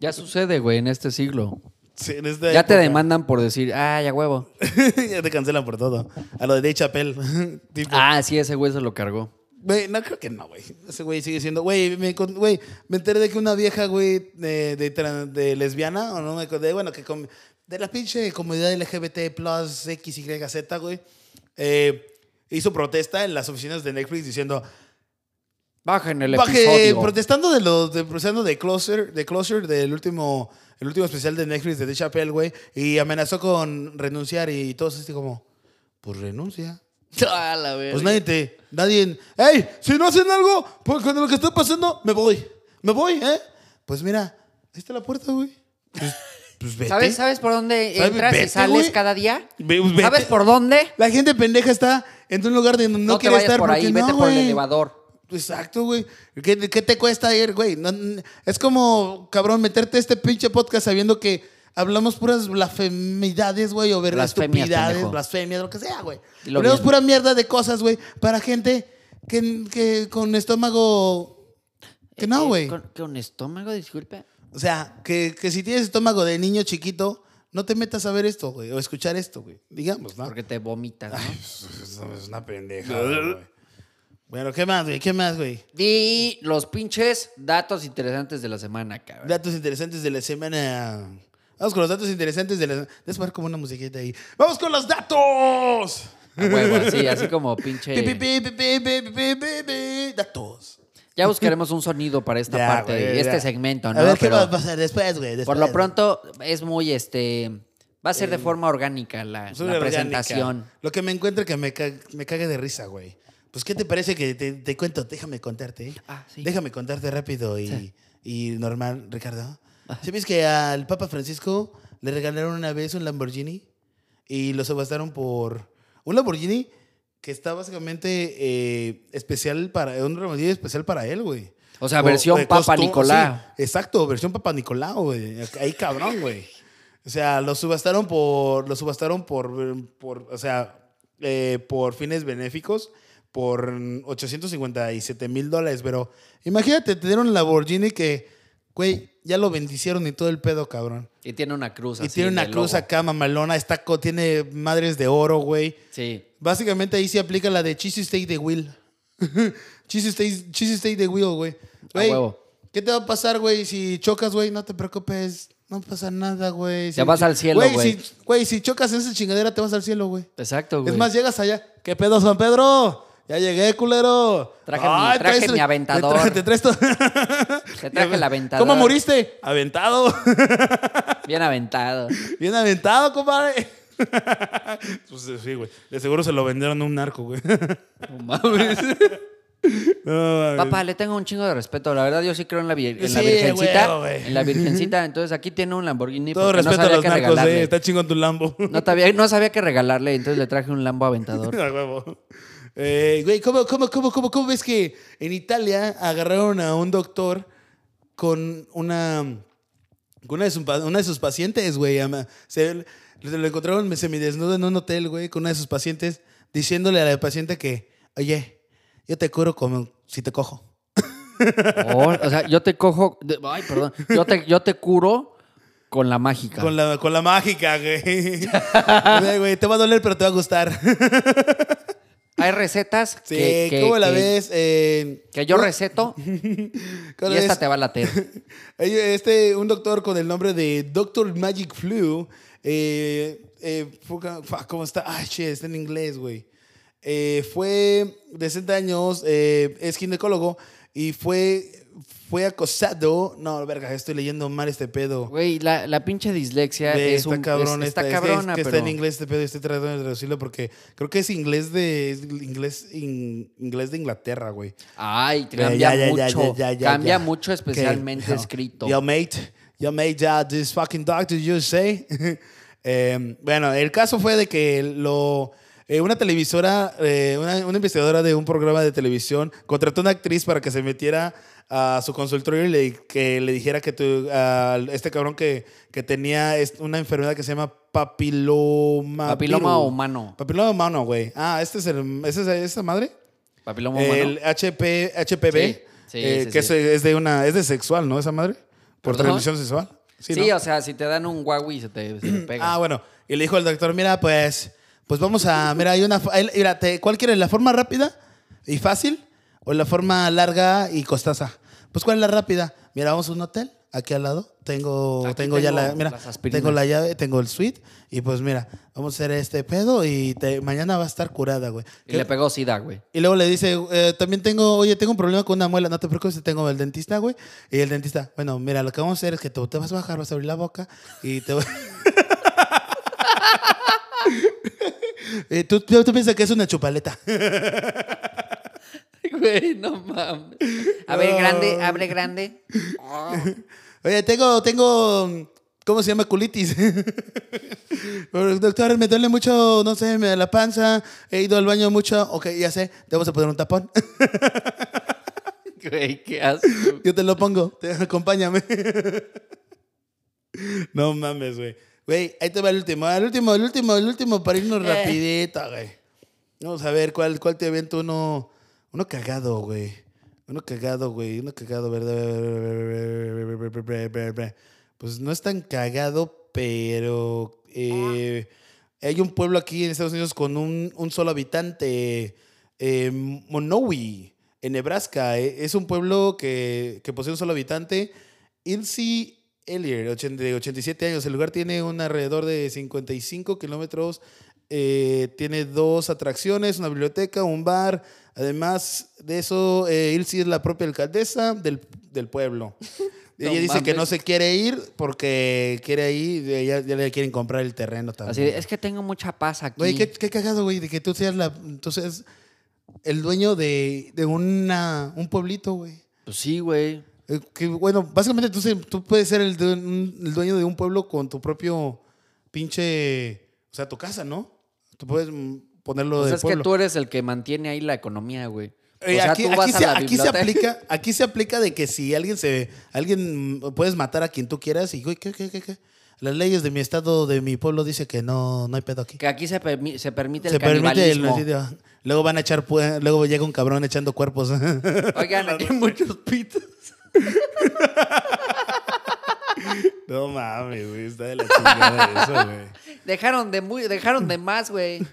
Ya sucede, güey, en este siglo. Sí, en este esta Ya te época. demandan por decir, ay, a huevo. ya te cancelan por todo. A lo de Dave Chappelle. Tipo, Ah, sí, ese güey se lo cargó. Güey, no creo que no, güey. Ese güey sigue siendo. Güey, me, encon- güey, me enteré de que una vieja, güey, de, de, tran- de lesbiana, o no me acordé, bueno, que com- de la pinche comunidad LGBT, plus XYZ, güey, eh, hizo protesta en las oficinas de Netflix diciendo: Bajen el Baje, episodio. protestando de los de, protestando de Closer, de Closer del último el último especial de Netflix de The Chappelle, güey, y amenazó con renunciar y todos así como pues renuncia. A Ah, la verga. Pues nadie te nadie, hey, si no hacen algo pues con lo que está pasando, me voy. Me voy, ¿eh? Pues mira, ahí está la puerta, güey. Pues, pues vete. ¿Sabes, ¿Sabes por dónde ¿Sabes? entras Vete, y sales güey. cada día? Ve- vete. ¿Sabes por dónde? La gente pendeja está en un lugar donde no, No, te quiere vayas estar por ahí, porque vete no, por el güey. elevador. Exacto, güey. ¿Qué, qué te cuesta ir, güey? No- n- es como, cabrón, meterte a este pinche podcast sabiendo que hablamos puras blasfemidades, güey, o ver Blasfemias, estupidades, pendejo. blasfemias, lo que sea, güey. Y lo Hablamos bien. pura mierda de cosas, güey, para gente que, que con estómago... Que no, Eh, güey. Con, con estómago, disculpe. O sea, que, que si tienes estómago de niño chiquito, no te metas a ver esto, güey, o escuchar esto, güey. Digamos, ¿no? Porque te vomitas, ¿no? Es una pendeja, güey. Bueno, ¿qué más, güey? ¿Qué más, güey? Y los pinches datos interesantes de la semana, cabrón. Datos interesantes de la semana. Vamos con los datos interesantes de la semana. Debes poner como una musiquita ahí. ¡Vamos con los datos! A huevo, así, así como pinche. Pi, pi, pi, pi, pi, pi, pi, pi, pi. Datos. Ya buscaremos un sonido para esta Ya, parte güey, y este ya. segmento, ¿no? A ver qué Pero va a este. pasar después, güey. por después. lo pronto es muy este. Va a ser de forma orgánica la, Soy la Eh, orgánica. presentación. Lo que me encuentre que me, ca- me cague de risa, güey. Pues, ¿qué te parece que te, te cuento? Déjame contarte. ¿eh? Ah, sí. Déjame contarte rápido y, y normal, Ricardo. ¿Sabes que al Papa Francisco le regalaron una vez un Lamborghini? Y lo subastaron por un Lamborghini que está básicamente eh, especial para... Un Lamborghini especial para él, güey. O sea, versión de Papa costu- Nicolau. sí, exacto, versión Papa Nicolau, güey. Ahí cabrón, güey. O sea, lo subastaron por. Lo subastaron por. por o sea, eh, por fines benéficos por 857 mil dólares. Pero imagínate, te dieron un Lamborghini que, güey, ya lo bendicieron y todo el pedo, cabrón. Y tiene una cruz Y así tiene una del cruz logo. acá, mamalona. Está, co- tiene madres de oro, güey. Sí. Básicamente ahí se aplica la de cheesy steak de Will. cheesy, steak, cheesy steak de Will, güey. Güey, huevo. ¿qué te va a pasar, güey? Si chocas, güey, no te preocupes. No pasa nada, güey. Ya Si- vas al cielo, güey. Si, güey, si chocas en esa chingadera, te vas al cielo, güey. Exacto, güey. Es más, llegas allá. ¿Qué pedo, San Pedro? Ya llegué, culero. Traje mi- traje traes- mi aventador. Te traje, te traes to- Te traje el aventador. ¿Cómo moriste? Aventado. Bien aventado. Bien aventado, compadre. pues sí, güey. De seguro se lo vendieron a un narco, güey. No mames. No, mames. Papá, le tengo un chingo de respeto. La verdad, yo sí creo en la, vir- en la Sí, virgencita. huevo, güey. en la virgencita. Entonces aquí tiene un Lamborghini. Todo porque respeto no a sabía los qué narcos, regalarle. eh. Está chingón tu Lambo. No, sabía, no sabía qué regalarle, entonces le traje un Lambo aventador. A huevo. Eh, güey, ¿cómo, cómo, cómo, cómo, cómo ves que en Italia agarraron a un doctor con una. con una de, sus pa- una de sus pacientes, güey? ama- Se, lo lo encontraron semidesnudo en un hotel, güey, con una de sus pacientes, diciéndole a la paciente que, oye, yo te curo como si te cojo. Oh, o sea, yo te cojo. de- ay, perdón. Yo te, yo te curo con la mágica. Con la, con la mágica, güey. O sea, güey, te va a doler, pero te va a gustar. Hay recetas Sí, que, que- ¿cómo la que- ves? Eh, que yo ¿cómo- receto y cómo la esta ves? te va a latir. Hay, Este, un doctor con el nombre de Doctor Magic Flu. eh, eh, fuca- fa, ¿Cómo está? Ah, shit, está en inglés, güey. Eh, fue de 60 años, eh, es ginecólogo y fue, fue acosado. No, verga, estoy leyendo mal este pedo. Güey, la, la pinche dislexia Ve, es está un. cabrón, es- está esta- es que- es cabrona, que está pero. en inglés este pedo y estoy tratando de traducirlo porque creo que es inglés de es inglés in- inglés de Inglaterra, güey. Ay, Ya, cambia ya, ya, mucho. ya, ya, ya, cambia ya. mucho, especialmente Que- escrito. Yo, mate, yo, mate, ya, this fucking doctor, you say. Eh, bueno, el caso fue de que lo. eh, una televisora, eh, una, una investigadora de un programa de televisión contrató a una actriz para que se metiera a su consultorio y le- que le dijera que tu- a este cabrón que, que tenía es- una enfermedad que se llama papiloma. Papiloma virus. humano. Papiloma humano, güey. Ah, este es el, ¿esa es esa madre? Papiloma El humano. HP, HPV, Sí, sí, eh, sí, que sí. Es, es de una, es de sexual, ¿no? Esa madre. Por ¿Perdón? transmisión sexual. Sí, Sí, ¿no? o sea, si te dan un Huawei se te, se te pega. Ah, bueno. Y le dijo el doctor, mira, pues, pues vamos a, mira, hay una, fa- hay- mira, te- ¿cuál quieres? ¿La forma rápida y fácil o la forma larga y costosa? Pues, ¿cuál es la rápida? Mira, vamos a un hotel, aquí al lado. Tengo, Aquí tengo ya tengo la, mira, las aspirinas. tengo la llave, tengo el suite. Y pues mira, vamos a hacer este pedo y te- mañana va a estar curada, güey. Y le pegó sida, güey. Y luego le dice, eh, también tengo, oye, tengo un problema con una muela, no te preocupes, tengo el dentista, güey. Y el dentista, bueno, mira, lo que vamos a hacer es que tú te vas a bajar, vas a abrir la boca y te va- Eh, tú, tú, tú piensas que es una chupaleta. Güey, no mames. A ver, Ah. grande, abre grande. Oye, tengo, tengo, ¿cómo se llama? Culitis. Pero, Doctor, me duele mucho, no sé, me da la panza, he ido al baño mucho. Ok, ya sé, te vamos a poner un tapón. Güey, qué asco. Yo te lo pongo, te- acompáñame. No mames, güey. Güey, ahí te va el último, el último, el último, el último para irnos Eh. rapidito, güey. Vamos a ver cuál, cuál te aviento uno, uno cagado, güey. Uno cagado, güey, uno cagado, ¿verdad? Pues no es tan cagado, pero eh, Ah. hay un pueblo aquí en Estados Unidos con un, un solo habitante, eh, Monowi, en Nebraska. Eh, Es un pueblo que, que posee un solo habitante. Ilse Ellier, 80 de 87 años. El lugar tiene un alrededor de 55 kilómetros. eh, tiene dos atracciones, una biblioteca, un bar. Además de eso, eh, Ilse es la propia alcaldesa del, del pueblo. Ella No dice que mames. no se quiere ir porque quiere ir, eh, ya, ya le quieren comprar el terreno también. Así, de, es que tengo mucha paz aquí. Güey, qué, qué cagado, güey, de que tú seas la, entonces, el dueño de, de una, un pueblito, güey. Pues sí, güey. Eh, Que, bueno, básicamente tú, se- tú puedes ser el, due- un- el dueño de un pueblo con tu propio pinche, o sea, tu casa, ¿no? Tú puedes mm, ponerlo Pues del es pueblo. que tú eres el que mantiene ahí la economía, güey. O Eh, sea, aquí, tú aquí vas a se, la aquí se biblioteca. aplica, aquí se aplica de que si alguien se, alguien mm, puedes matar a quien tú quieras y güey, ¿qué, qué, qué, qué? Las leyes de mi estado, de mi pueblo, dice que no, no hay pedo aquí. Que aquí se, permi- se permite el se permite el canibalismo. homicidio. Luego van a echar, pu- luego llega un cabrón echando cuerpos. Oigan, eh, aquí hay muchos pitos. no mames, güey, está de la chingada eso, güey. Dejaron de, muy, dejaron de más, güey.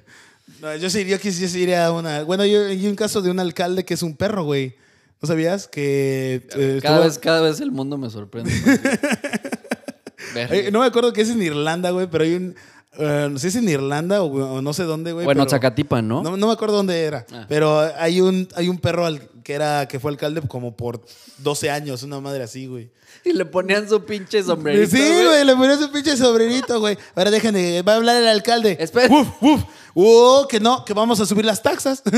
No, yo sí, yo quis- yo sí iría a una. Bueno, yo hay un caso de un alcalde que es un perro, güey. ¿No sabías que eh, Cada estuvo- vez, cada vez el mundo me sorprende. más, güey. Verga. Ay, no me acuerdo que es en Irlanda, güey, pero hay un eh, no sé si es en Irlanda o, o no sé dónde, güey. bueno, pero- Zacatipa, ¿no? No, no me acuerdo dónde era, Ah. pero hay un, hay un perro al- que era que fue alcalde como por 12 años, una madre así, güey. Y le ponían su pinche sombrerito. Sí, güey, le ponía su pinche sombrerito, güey. Ahora déjenme, va a hablar el alcalde. Espera. Uf, uf. Oh, que no, que vamos a subir las taxas.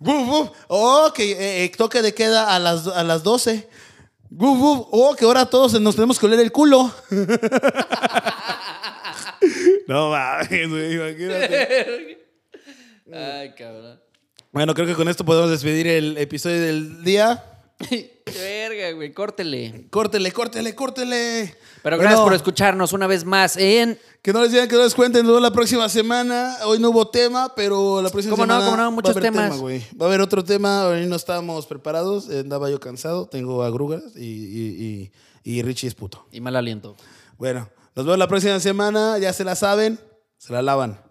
Uf, uf. Oh, que eh, eh, toque de queda a las, a las 12. Uf, uf. Oh, que ahora todos nos tenemos que oler el culo. no mames, güey, imagínate. Ay, cabrón. Bueno, creo que con esto podemos despedir el episodio del día. Verga, güey, córtele. Córtele, córtele, córtele. Pero gracias Bueno. por escucharnos una vez más en... Que no les digan que no les cuenten, nos vemos la próxima semana. Hoy no hubo tema, pero la próxima Cómo no, semana. cómo no, muchos va a haber temas. tema, güey. va a haber otro tema, hoy no estábamos preparados, eh, andaba yo cansado, tengo agrugas y, y, y- y Richie es puto. Y mal aliento. Bueno, nos vemos la próxima semana, ya se la saben, se la lavan.